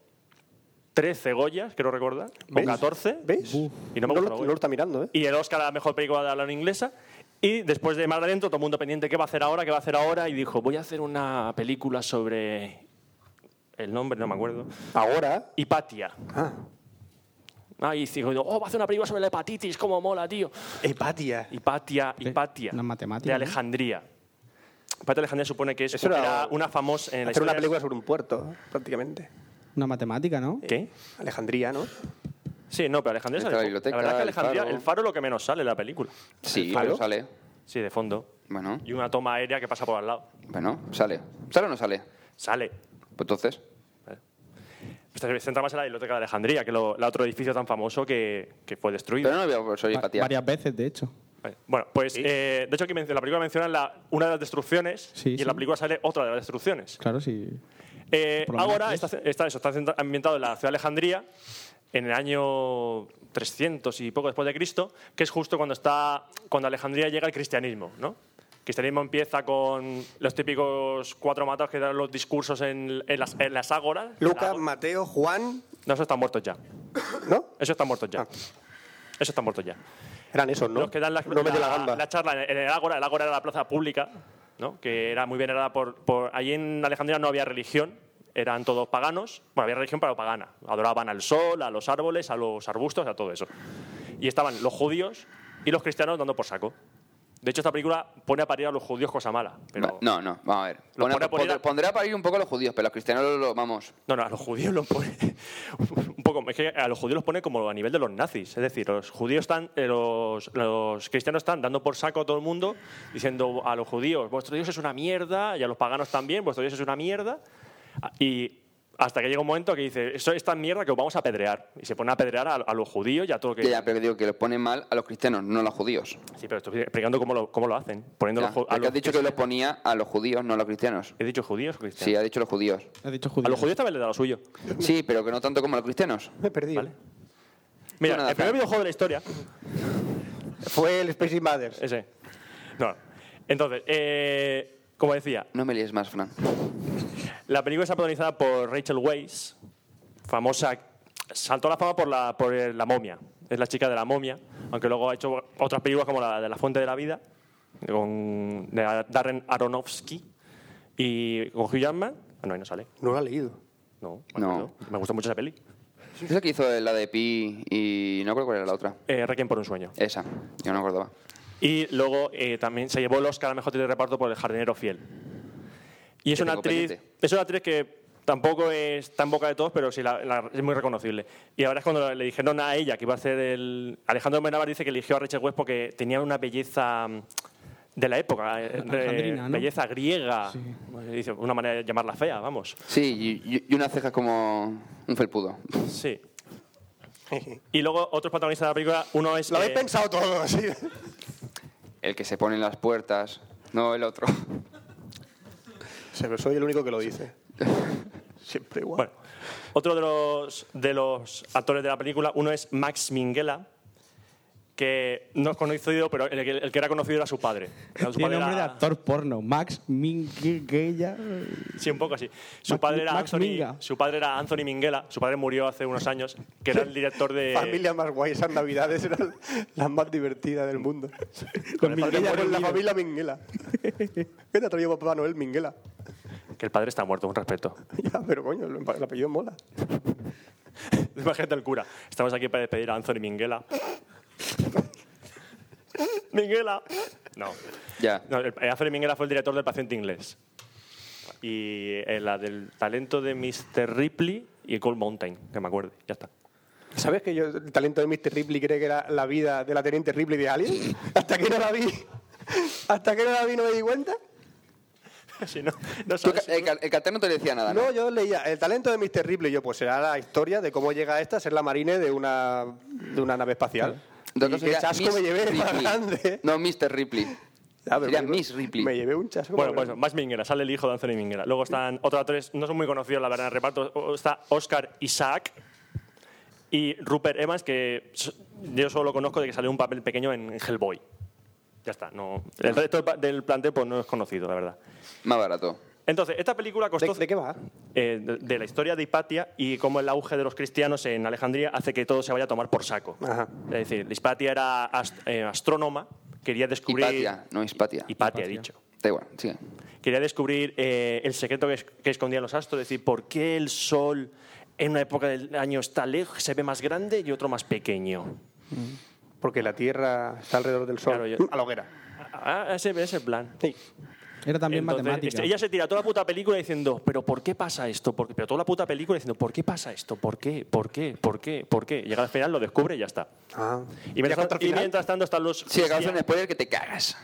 13 Goyas, quiero recordar, o
¿Ves?
14.
¿Veis?
Y no me
lo,
gusta la
no
Goya.
lo está mirando, ¿eh?
Y el Oscar a la mejor película de habla no inglesa. Y después de Mar Adentro, todo el mundo pendiente, ¿qué va a hacer ahora? ¿Qué va a hacer ahora? Y dijo, voy a hacer una película sobre... El nombre no me acuerdo.
Ahora.
Hipatia.
Ah.
Ah, y dijo, oh, va a hacer una película sobre la hepatitis, cómo mola, tío.
Hepatia.
Hipatia, Hipatia.
una matemática,
De
¿no?
Alejandría. Hipatia de Alejandría supone que es,
Eso
era,
era-
una famosa... En la
Hacer una
historia-
película sobre un puerto, prácticamente.
Una matemática, ¿no?
¿Qué?
Alejandría, ¿no?
Sí, no, pero Alejandría
Está
sale
la
poco. La
biblioteca,
verdad es que
el
Alejandría,
faro.
el faro es lo que menos sale en la película.
Sí,
faro?
pero sale.
Sí, de fondo.
Bueno,
Y una toma aérea que pasa por al lado.
bueno, sale. ¿Sale o no sale?
Sale.
Pues entonces,
Pues se centra más en la biblioteca de Alejandría, que lo, el otro edificio tan famoso que, que fue destruido.
pero no lo veo por
Va-
empatía.
Varias veces, de hecho.
Vale. Bueno, pues eh, de hecho aquí menc- la película menciona la- una de las destrucciones
Sí,
y en
sí.
la película sale otra de las destrucciones.
Claro, sí.
Eh,
Por lo menos
ahora
tres.
está, está eso, está centra- ambientado en la ciudad de Alejandría, en el año 300 y poco después de Cristo, que es justo cuando, está, cuando Alejandría llega al cristianismo. ¿no? El cristianismo empieza con los típicos cuatro matados que dan los discursos en, en las, en las ágoras.
Lucas,
no,
Mateo, Juan,
esos están muertos ya.
¿no?
Eso están muertos ya.
Ah.
Eso están muertos ya.
Eran esos, ¿no?
Los que dan la,
no me dio la gamba.
la charla en el- en el Ágora, el Ágora era la plaza pública, ¿no? que era muy venerada por, por... Allí en Alejandría no había religión, eran todos paganos. Bueno, había religión pero pagana. Adoraban al sol, a los árboles, a los arbustos, a todo eso. Y estaban los judíos y los cristianos dando por saco. De hecho, esta película pone a parir a los judíos cosa mala. Pero
No, no, vamos a ver.
Lo
Pone-
pone a poner a-
pondrá- Pondrá a parir un poco a los judíos, pero a los cristianos lo- lo- vamos.
No, no, a los judíos los pone. un poco, es que a los judíos los pone como a nivel de los nazis. Es decir, los judíos están. eh, Los, los cristianos están dando por saco a todo el mundo, diciendo a los judíos, vuestro Dios es una mierda, y a los paganos también, vuestro Dios es una mierda. Ah, Y hasta que llega un momento que dice, eso es tan mierda que os vamos a apedrear. Y se pone a apedrear a, a los judíos y a todo lo que.
Ya, ya, pero digo que los ponen mal a los cristianos, no a los judíos.
Sí, pero estoy explicando cómo lo, cómo lo hacen. Poniendo
Ya,
los ju- a
porque
los
has dicho que los ponía a los judíos, no a los cristianos.
¿He dicho judíos o
Sí,
cristianos?
ha dicho los judíos.
Has dicho
a
judío.
los judíos también les da lo suyo.
Sí, pero que no tanto como a los cristianos.
Me he perdido.
Mira,
Bueno, nada,
el primer
claro.
videojuego de la historia.
Fue el Space Invaders.
Ese. No. Entonces, eh, como decía,
No me líes más, Fran.
la película está protagonizada por Rachel Weisz, famosa. Saltó a la fama por la, por el- la momia. Es la chica de la momia, aunque luego ha hecho otras películas como la de La Fuente de la Vida, con de Darren Aronofsky y con Hugh Jackman. Ah, no, ahí no sale.
No lo ha leído.
No,
No.
no. me gusta mucho esa peli.
Es la que hizo la de Pi y no creo cuál era la otra.
Eh, Requiem por un sueño.
Esa, yo no me acordaba.
Y luego eh, también se llevó el Oscar a mejor actriz de reparto por El jardinero fiel. Y es
Que
una
tengo
actriz,
pendiente.
es una actriz que tampoco es tan boca de todos, pero sí la- la- es muy reconocible. Y ahora es cuando le dijeron a ella que iba a hacer el Alejandro Menabar dice que eligió a Rachel West porque tenía una belleza mm, de la época, eh, de-
Alejandrina, ¿no?
belleza griega, Dice, una manera de llamarla fea, vamos.
Sí, y, y- y unas cejas como un felpudo.
Sí. y luego otros protagonistas de la película, uno es
Lo habéis
eh,
pensado todo, sí.
El que se pone en las puertas, no el otro.
Se- Soy el único que lo dice. Siempre igual.
Bueno, otro de los, de los actores de la película, uno es Max Minghella, que no es conocido, pero el que, el que era conocido era su padre. Su
Tiene
padre
nombre de
era-
actor porno. Max Minguella.
Sí, un poco así. Su
Max-
padre era
Max
Anthony,
Minga.
su padre era Anthony Minghella. Su padre murió hace unos años, que era el director de
Familia más guay, esas navidades eran las más divertidas del mundo.
Con
Con, el
Minguela
padre con la
prohibido.
familia Minguela. ¿Qué te ha traído Papá Noel Minguela?
que el padre está muerto, un respeto.
Ya, pero coño, el el apellido mola.
Imagínate el cura. Estamos aquí para despedir a Anthony Minghella. Minguela. No.
Ya.
No, el- eh, Anthony Minghella fue el director del Paciente Inglés. Y eh, la del talento de Mr. Ripley y Cold Mountain, que me acuerde. Ya está.
¿Sabes que yo el talento de Mr. Ripley cree que era la vida de la teniente Ripley de Alien? Hasta que no la vi. Hasta que no la vi no me di cuenta.
Si no, no
Tú,
sabes.
el, ca- el cartel no te decía nada, ¿no?
No, yo leía el talento de Mr. Ripley. Yo, pues será la historia de cómo llega esta a ser la marine de una, de una nave espacial.
Otra
Y
cosa
qué
era
chasco
Miss
me llevé más
Ripley.
grande.
No, Mr. Ripley.
Ah, pero
Sería
me-
Miss Ripley.
Me llevé un chasco.
Bueno,
más
pues
grande.
más Minguera, sale el hijo de Anthony Minguera. Luego están otros tres, no son muy conocidos, la verdad, en el reparto. O- Está Oscar Isaac y Rupert Evans, que s- yo solo lo conozco de que salió un papel pequeño en Hellboy. Ya está, no. El resto del pa- del plantel pues, no es conocido, la verdad.
Más barato.
Entonces, esta película costó.
¿De, de qué va?
eh, de, de la historia de Hipatia y cómo el auge de los cristianos en Alejandría hace que todo se vaya a tomar por saco.
Ajá.
Es decir, Hipatia era ast- eh, astrónoma, quería descubrir.
Hipatia, no Hispatia.
Hipatia, he dicho
Da igual, sigue.
quería descubrir eh, el secreto que, es- que escondían los astros, es decir, por qué el Sol en una época del año está lejos, se ve más grande y otro más pequeño.
Porque la Tierra está alrededor del Sol.
Claro, yo-
A la hoguera.
Ah, ese ese el plan.
Sí.
Era también
Entonces,
matemática.
este, Ella se tira toda la puta película diciendo, pero ¿por qué pasa esto? ¿Por qué? Pero toda la puta película diciendo, ¿por qué pasa esto? ¿Por qué? ¿Por qué? ¿Por qué? ¿Por qué? Llega al final, lo descubre y ya está.
Ah.
Y
Ya
mientras,
contra el
y
final.
mientras tanto están los...
Sí, acabas
cristianos- eh,
de un spoiler que te cagas.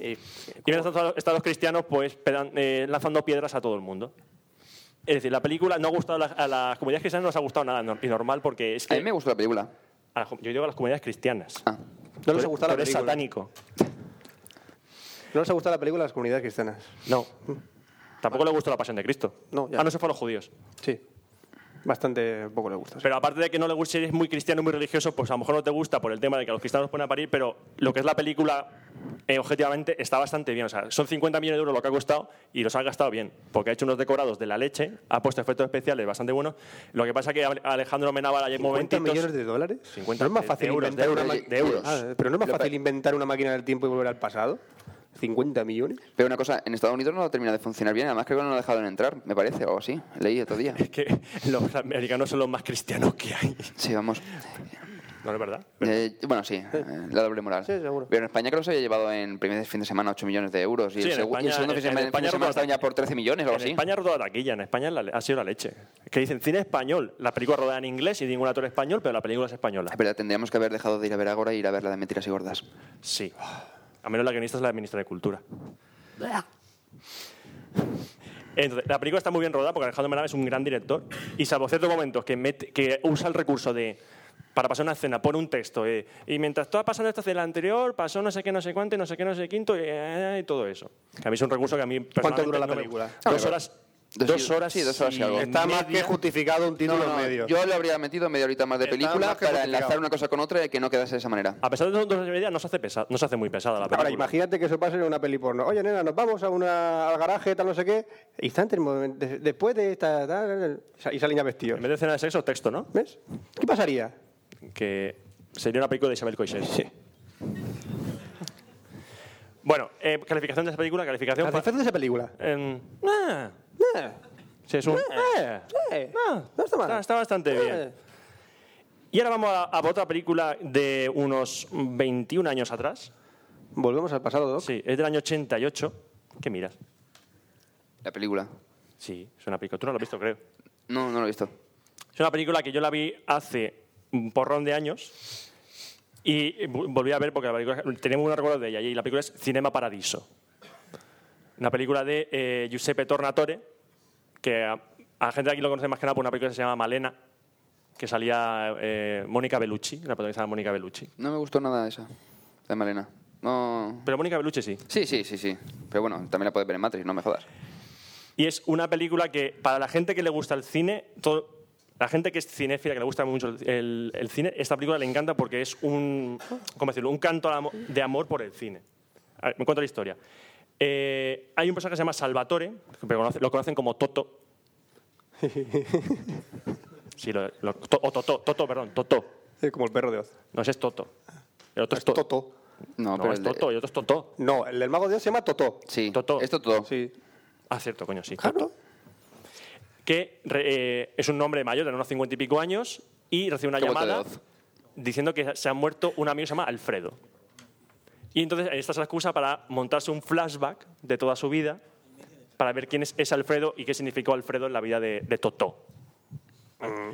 Y, y mientras tanto están los cristianos pues pedan- eh, lanzando piedras a todo el mundo. Es decir, la película no ha gustado a, la- a las comunidades cristianas, no les ha gustado nada no- y normal porque es
A
que
mí me gustó la película.
a las com- yo digo a las comunidades cristianas.
Ah.
No les
Tú-
ha gustado
tú
la
eres
película.
satánico.
No les ha gustado la película a las comunidades cristianas.
No. Tampoco le gustó la pasión de Cristo.
No, ya.
ah, no se fue a los judíos.
Sí. Bastante poco les gusta. sí.
Pero aparte de que no le guste, si eres muy cristiano, muy religioso, pues a lo mejor no te gusta por el tema de que a los cristianos los ponen a parir, pero lo que es la película, eh, objetivamente, está bastante bien. O sea, son 50 millones de euros lo que ha costado y los ha gastado bien, porque ha hecho unos decorados de la leche, ha puesto efectos especiales bastante buenos. Lo que pasa que Ale- Alejandro Menábal hay
50
momentitos...
millones de dólares.
50
¿No es más
de-
fácil
de euros,
inventar
de
una
euros,
ma-
de euros.
Ah, pero no es más
Lo
fácil
pe-
inventar una máquina del tiempo y volver al pasado. 50 millones.
Pero una cosa, en Estados Unidos no termina de funcionar bien, además creo que no lo dejaron entrar, me parece, o así. Leí otro día.
Que los americanos son los más cristianos que hay.
Sí, vamos.
¿No es verdad?
Eh, bueno, sí, eh, la doble moral.
Sí, seguro.
Pero en España creo que se había llevado en primer fin de semana 8 millones de euros y
Sí,
el,
en
segu- y el
España-
segundo
en
fin de semana,
España
fin de semana
robaron-
estaban ya por 13 millones o algo
En
así.
España ha rodado la taquilla, en España es la le- ha sido la leche. Que dicen cine español, la película rodada en inglés y ningún actor español, pero la película es española.
Es verdad, tendríamos que haber dejado de ir a ver Ágora y ir a ver la de Mentiras y Gordas.
Sí. A menos la guionista es la ministra de Cultura. Entonces, la película está muy bien rodada porque Alejandro Menábal es un gran director y salvo ciertos momentos que, mete- que usa el recurso de para pasar una escena pone un texto eh, y mientras estaba pasando esta escena anterior pasó no sé qué no sé cuánto y no sé qué no sé quinto y, eh, y todo eso que a mí es un recurso que a mí personalmente
dura la
no me-
película?
dos horas
Dos
dos,
y-
horas
sí, dos horas y algo.
Está más que
media.
justificado un título
No,
en
no,
medio.
yo le habría metido media horita más de
Está
película
más que
para
justificado.
enlazar una cosa con otra y que no quedase de esa manera.
a pesar de dos horas y media no se hace pesa- no se hace muy pesada la película
Ahora, imagínate que eso pase en una peli porno. Oye, nena, nos vamos a una, al garaje, tal, no sé qué. Instante, el momen- de- después de esta... tal, tal, y salen ya vestidos.
en vez de escena de sexo texto ¿no?
¿Ves? ¿Qué pasaría?
que sería una película de Isabel Coixet. Bueno, eh, calificación de esa película, calificación...
La
pa-
diferencia de esa película.
em, ah,
Eh,
sí, es un-
eh, eh, no está mal.
Está, Ah, está bastante bien.
Eh,
Y ahora vamos a, a otra película de unos 21 años atrás.
Volvemos al pasado, Doc.
Sí, es del año 88. ¿Qué miras?
La película.
Sí, es una película. Tú no lo has visto, creo.
No, no lo he visto.
Es una película que yo la vi hace un porrón de años y vu- volví a ver porque la película, tenemos un recuerdo de ella y la película es Cinema Paradiso. Una película de eh, Giuseppe Tornatore, que a, a la gente de aquí lo conoce más que nada por una película que se llama Malena, que salía eh, Mónica Bellucci, la protagonista de Mónica Bellucci.
No me gustó nada esa, de Malena. No...
Pero Mónica Bellucci sí.
Sí, sí, sí, sí. Pero bueno, también la puedes ver en Matrix, no me jodas.
Y es una película que, para la gente que le gusta el cine, todo- la gente que es cinéfila, que le gusta mucho el, el- el cine, esta película le encanta porque es un, ¿cómo decirlo? un canto al amo- de amor por el cine. A ver, me cuento la historia. Eh, hay un personaje que se llama Salvatore, que lo conoce- lo conocen como Toto. Sí, lo, lo- to- o Toto, Toto, perdón, Toto.
Eh, como el perro de Oz.
No, ese es Toto. El otro es,
Toto.
No,
No,
pero
es
el de-
Toto, y otro es Toto.
No, el del mago de Dios se llama Totó.
Sí,
Totó.
es Totó.
Sí.
Ah, cierto, coño, sí. Totó. Que re- eh, es un hombre mayor, de unos cincuenta y pico años, y recibe una
Qué vuelta de
llamada
Oz.
diciendo que se ha muerto un amigo que se llama Alfredo. Y entonces esta es la excusa para montarse un flashback de toda su vida para ver quién es ese Alfredo y qué significó Alfredo en la vida de, de Totó.
Mm.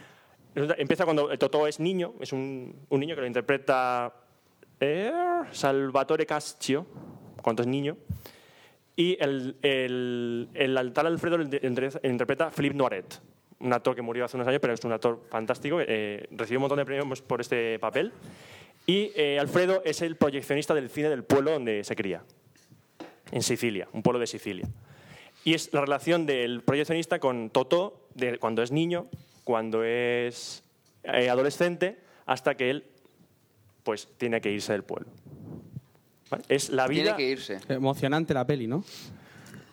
Resulta- Empieza cuando el Totó es niño, es un, un niño que lo interpreta eh, Salvatore Cascio, cuando es niño. Y el, el, el altar Alfredo lo inter- inter- interpreta Philippe Noiret, un actor que murió hace unos años, pero es un actor fantástico. eh, recibió un montón de premios por este papel. Y eh, Alfredo es el proyeccionista del cine del pueblo donde se cría, en Sicilia, un pueblo de Sicilia. Y es la relación del proyeccionista con Toto de cuando es niño, cuando es eh, adolescente, hasta que él pues tiene que irse del pueblo. ¿Vale? Es la vida.
Tiene que irse.
Emocionante la peli, ¿no?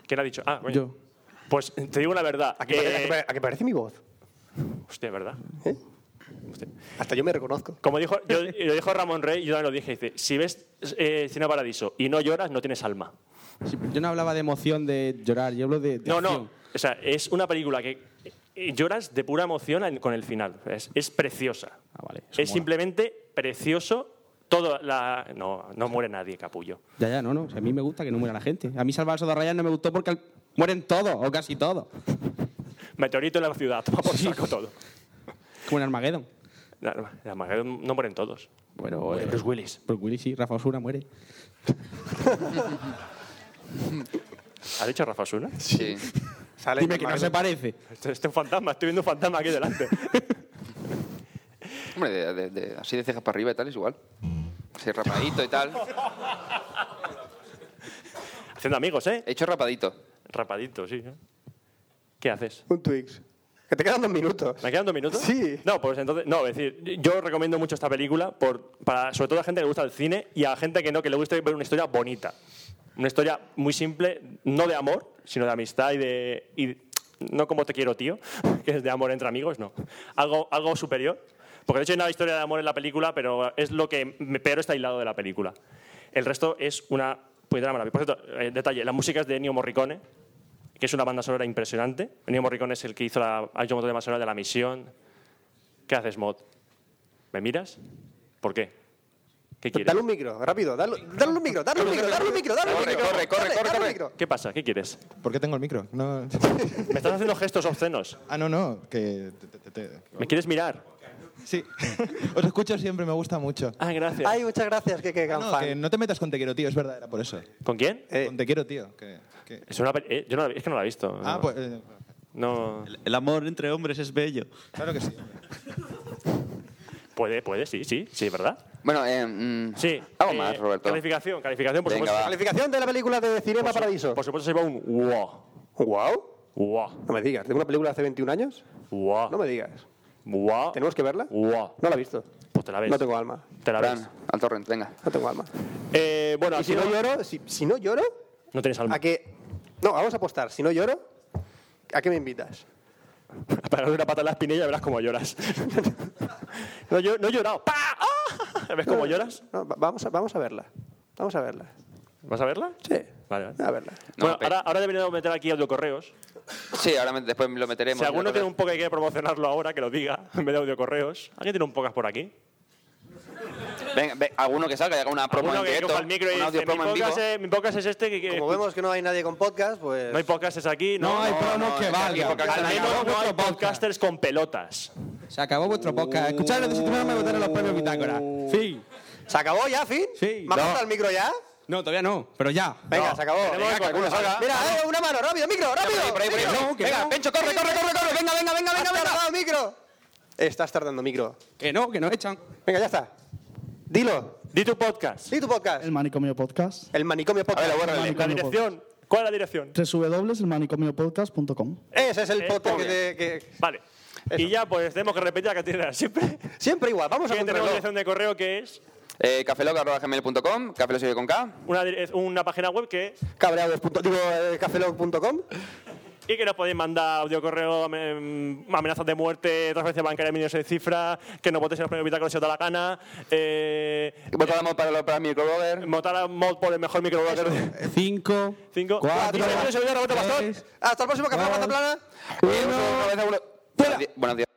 ¿Quién ha dicho? Ah, coño.
Yo.
Pues te digo la verdad.
¿A qué,
eh,
pare- a qué pare- a qué parece mi voz?
Hostia, ¿verdad?
Hasta yo me reconozco.
Como dijo, yo- lo dijo Ramón Rey, yo también lo dije, dice, si ves eh, Cine Paradiso y no lloras, no tienes alma.
Sí, pero yo no hablaba de emoción, de llorar, yo hablo de. de
No,
acción.
no. O sea, es una película que eh, lloras de pura emoción al- con el final. Es, es preciosa.
Ah, vale. eso
Es
mola.
simplemente precioso. Todo la... No, no muere nadie, capullo.
Ya, ya, no, no. Si a mí me gusta que no muera la gente. A mí Salvar al Soldado Ryan no me gustó porque al- mueren todos, o casi todos.
Meteorito en la ciudad, toma por saco todo.
Como en Armageddon.
La- la- la- no mueren todos.
Bueno, eh,
Bruce Willis.
Bruce Willis sí, Rafa Osuna muere.
¿Ha dicho Rafa Suna?
Sí.
Sale
Dime
el
que no
mago-
se parece.
Este este es un fantasma, estoy viendo un fantasma aquí delante.
Hombre, de- de- de- así de cejas para arriba y tal es igual. Así rapadito y tal.
Haciendo amigos, ¿eh?
He hecho rapadito.
Rapadito, sí. ¿eh? ¿Qué haces?
Un Twix. Que te quedan dos minutos.
¿Me quedan dos minutos?
Sí.
No, pues entonces, no, es decir, yo recomiendo mucho esta película, por, para, sobre todo a la gente que le gusta el cine y a la gente que no, que le gusta ver una historia bonita. Una historia muy simple, no de amor, sino de amistad y de. y no como te quiero, tío, que es de amor entre amigos, no. Algo, algo superior. Porque de hecho hay una historia de amor en la película, pero es lo que me- peor está aislado de la película. El resto es una puñetera maravilla. Por cierto, eh, detalle: la música es de Ennio Morricone, que es una banda sonora impresionante. Ennio Morricone es el que hizo la, ha hecho un montón de bandas sonoras de La Misión. ¿Qué haces, Mod? ¿Me miras? ¿Por qué? ¿Qué quieres?
Dale un micro, rápido. Dale, dale un micro, dale un micro, dale un micro, dale un
Corre,
micro.
corre, corre, corre,
Dale, dale un
corre.
micro.
¿Qué pasa? ¿Qué quieres?
¿Por qué tengo el micro? No-
Me estás haciendo gestos obscenos.
Ah, no, no. Que te- te- te- te-
¿Me quieres mirar?
Sí. Os escucho siempre, me gusta mucho.
Ah, gracias.
Ay, muchas gracias, que, que gran
No,
fan.
que no te metas con Te quiero, tío. Es verdad, era por eso.
¿Con quién?
Eh.
Con Te quiero, tío. que- que-
Es, una pe- eh, yo no la- es que no la he visto.
Ah,
no.
pues... eh,
No.
El amor entre hombres es bello.
Claro que sí.
Puede, puede, sí, sí, sí, ¿verdad?
Bueno, eh, mm,
Sí.
Hago
Eh,
más, Roberto.
Calificación, calificación, por
Venga,
supuesto.
va.
Calificación de la película de Cinema Paradiso.
Por supuesto se lleva un wow.
wow.
Wow.
No me digas, ¿tengo una película de hace 21 años?
Wow.
No me digas.
wow.
¿Tenemos que verla?
Wow.
No la he visto.
Pues te la ves.
No tengo alma.
Te la ves.
Fran, al torrent, venga.
No tengo alma.
Eh, bueno,
Y
aquí
si no lloro, si, si no lloro,
No tienes alma.
¿a qué? No, vamos a apostar. Si no lloro, ¿a qué me invitas?
Para una pata en la espinilla verás cómo lloras. no, yo, no he llorado. ¡Pa! ¡Ah! ¿Ves cómo lloras?
No, va- vamos, a, vamos a verla. Vamos a verla.
¿Vas a verla?
Sí.
Vale, vale.
A verla.
No,
bueno,
pe-
ahora, ahora deberíamos meter aquí audiocorreos.
Sí, ahora me- después lo meteremos.
Si alguno
Yo creo
tiene un poco que quiere promocionarlo ahora, que lo diga, en vez de audiocorreos. ¿Alguien tiene un pocas por aquí?
que- Venga, ve- alguno que salga y haga una promo
Alguno
en
que
directo.
coja el micro y
un audio
dice, mi
promo en vivo.
podcast, es, mi podcast es este que... que
Como vemos que no hay nadie con podcast, pues...
no hay podcast es aquí, ¿no?
hay
no, no, es que aquí podcast
Al
hay
menos
acabó
no hay
vuestro podcast.
podcasters con pelotas.
Se acabó vuestro podcast. Escuchad, necesito me votaron los premios Bitácora. Sí.
¿Se acabó ya, Fin?
Sí.
¿Me has
No.
cortado el micro ya?
No, todavía no, pero ya.
Venga, se acabó.
Tenemos
Venga,
que alguno salga.
Mira, eh, una mano, rápido, micro, rápido.
Por ahí, por ahí, por ahí.
No, que
venga,
no.
Pencho, corre, corre, corre, corre. Venga, venga, venga,
Has
venga, venga.
tardado, micro. Estás tardando, micro.
Que no, que nos echan.
Venga, ya está. Dilo.
Di tu podcast.
Di tu podcast.
El manicomio podcast.
El manicomio
A ver,
podcast.
aguárdale.
La dirección. ¿Cuál es la dirección?
www.elmanicomiopodcast.com
Ese es el podcast que, te- que-
Vale. Y ya, pues tenemos que repetir la cantinera siempre.
Siempre igual, vamos a
Que tenemos
contrarreloj.
dirección de correo que es
Eh, cafelog.gmail.com, café se escribe con K.
una, dire- una página web que
cabreados. Digo, eh, cafelog.com.
Y que nos podéis mandar audio correo, am- em, amenazas de muerte, transferencias bancarias de millones de cifras, que nos votéis en los premios Bitácora si os da la gana. Eh,
votar a mod para, el microblogger.
Votar a mod por el mejor microblogger.
Cinco.
Cinco.
Ah,
Cuatro.
Y se viene Roberto Pastor.
Hasta el próximo Café Plata Plana.
Buenos días.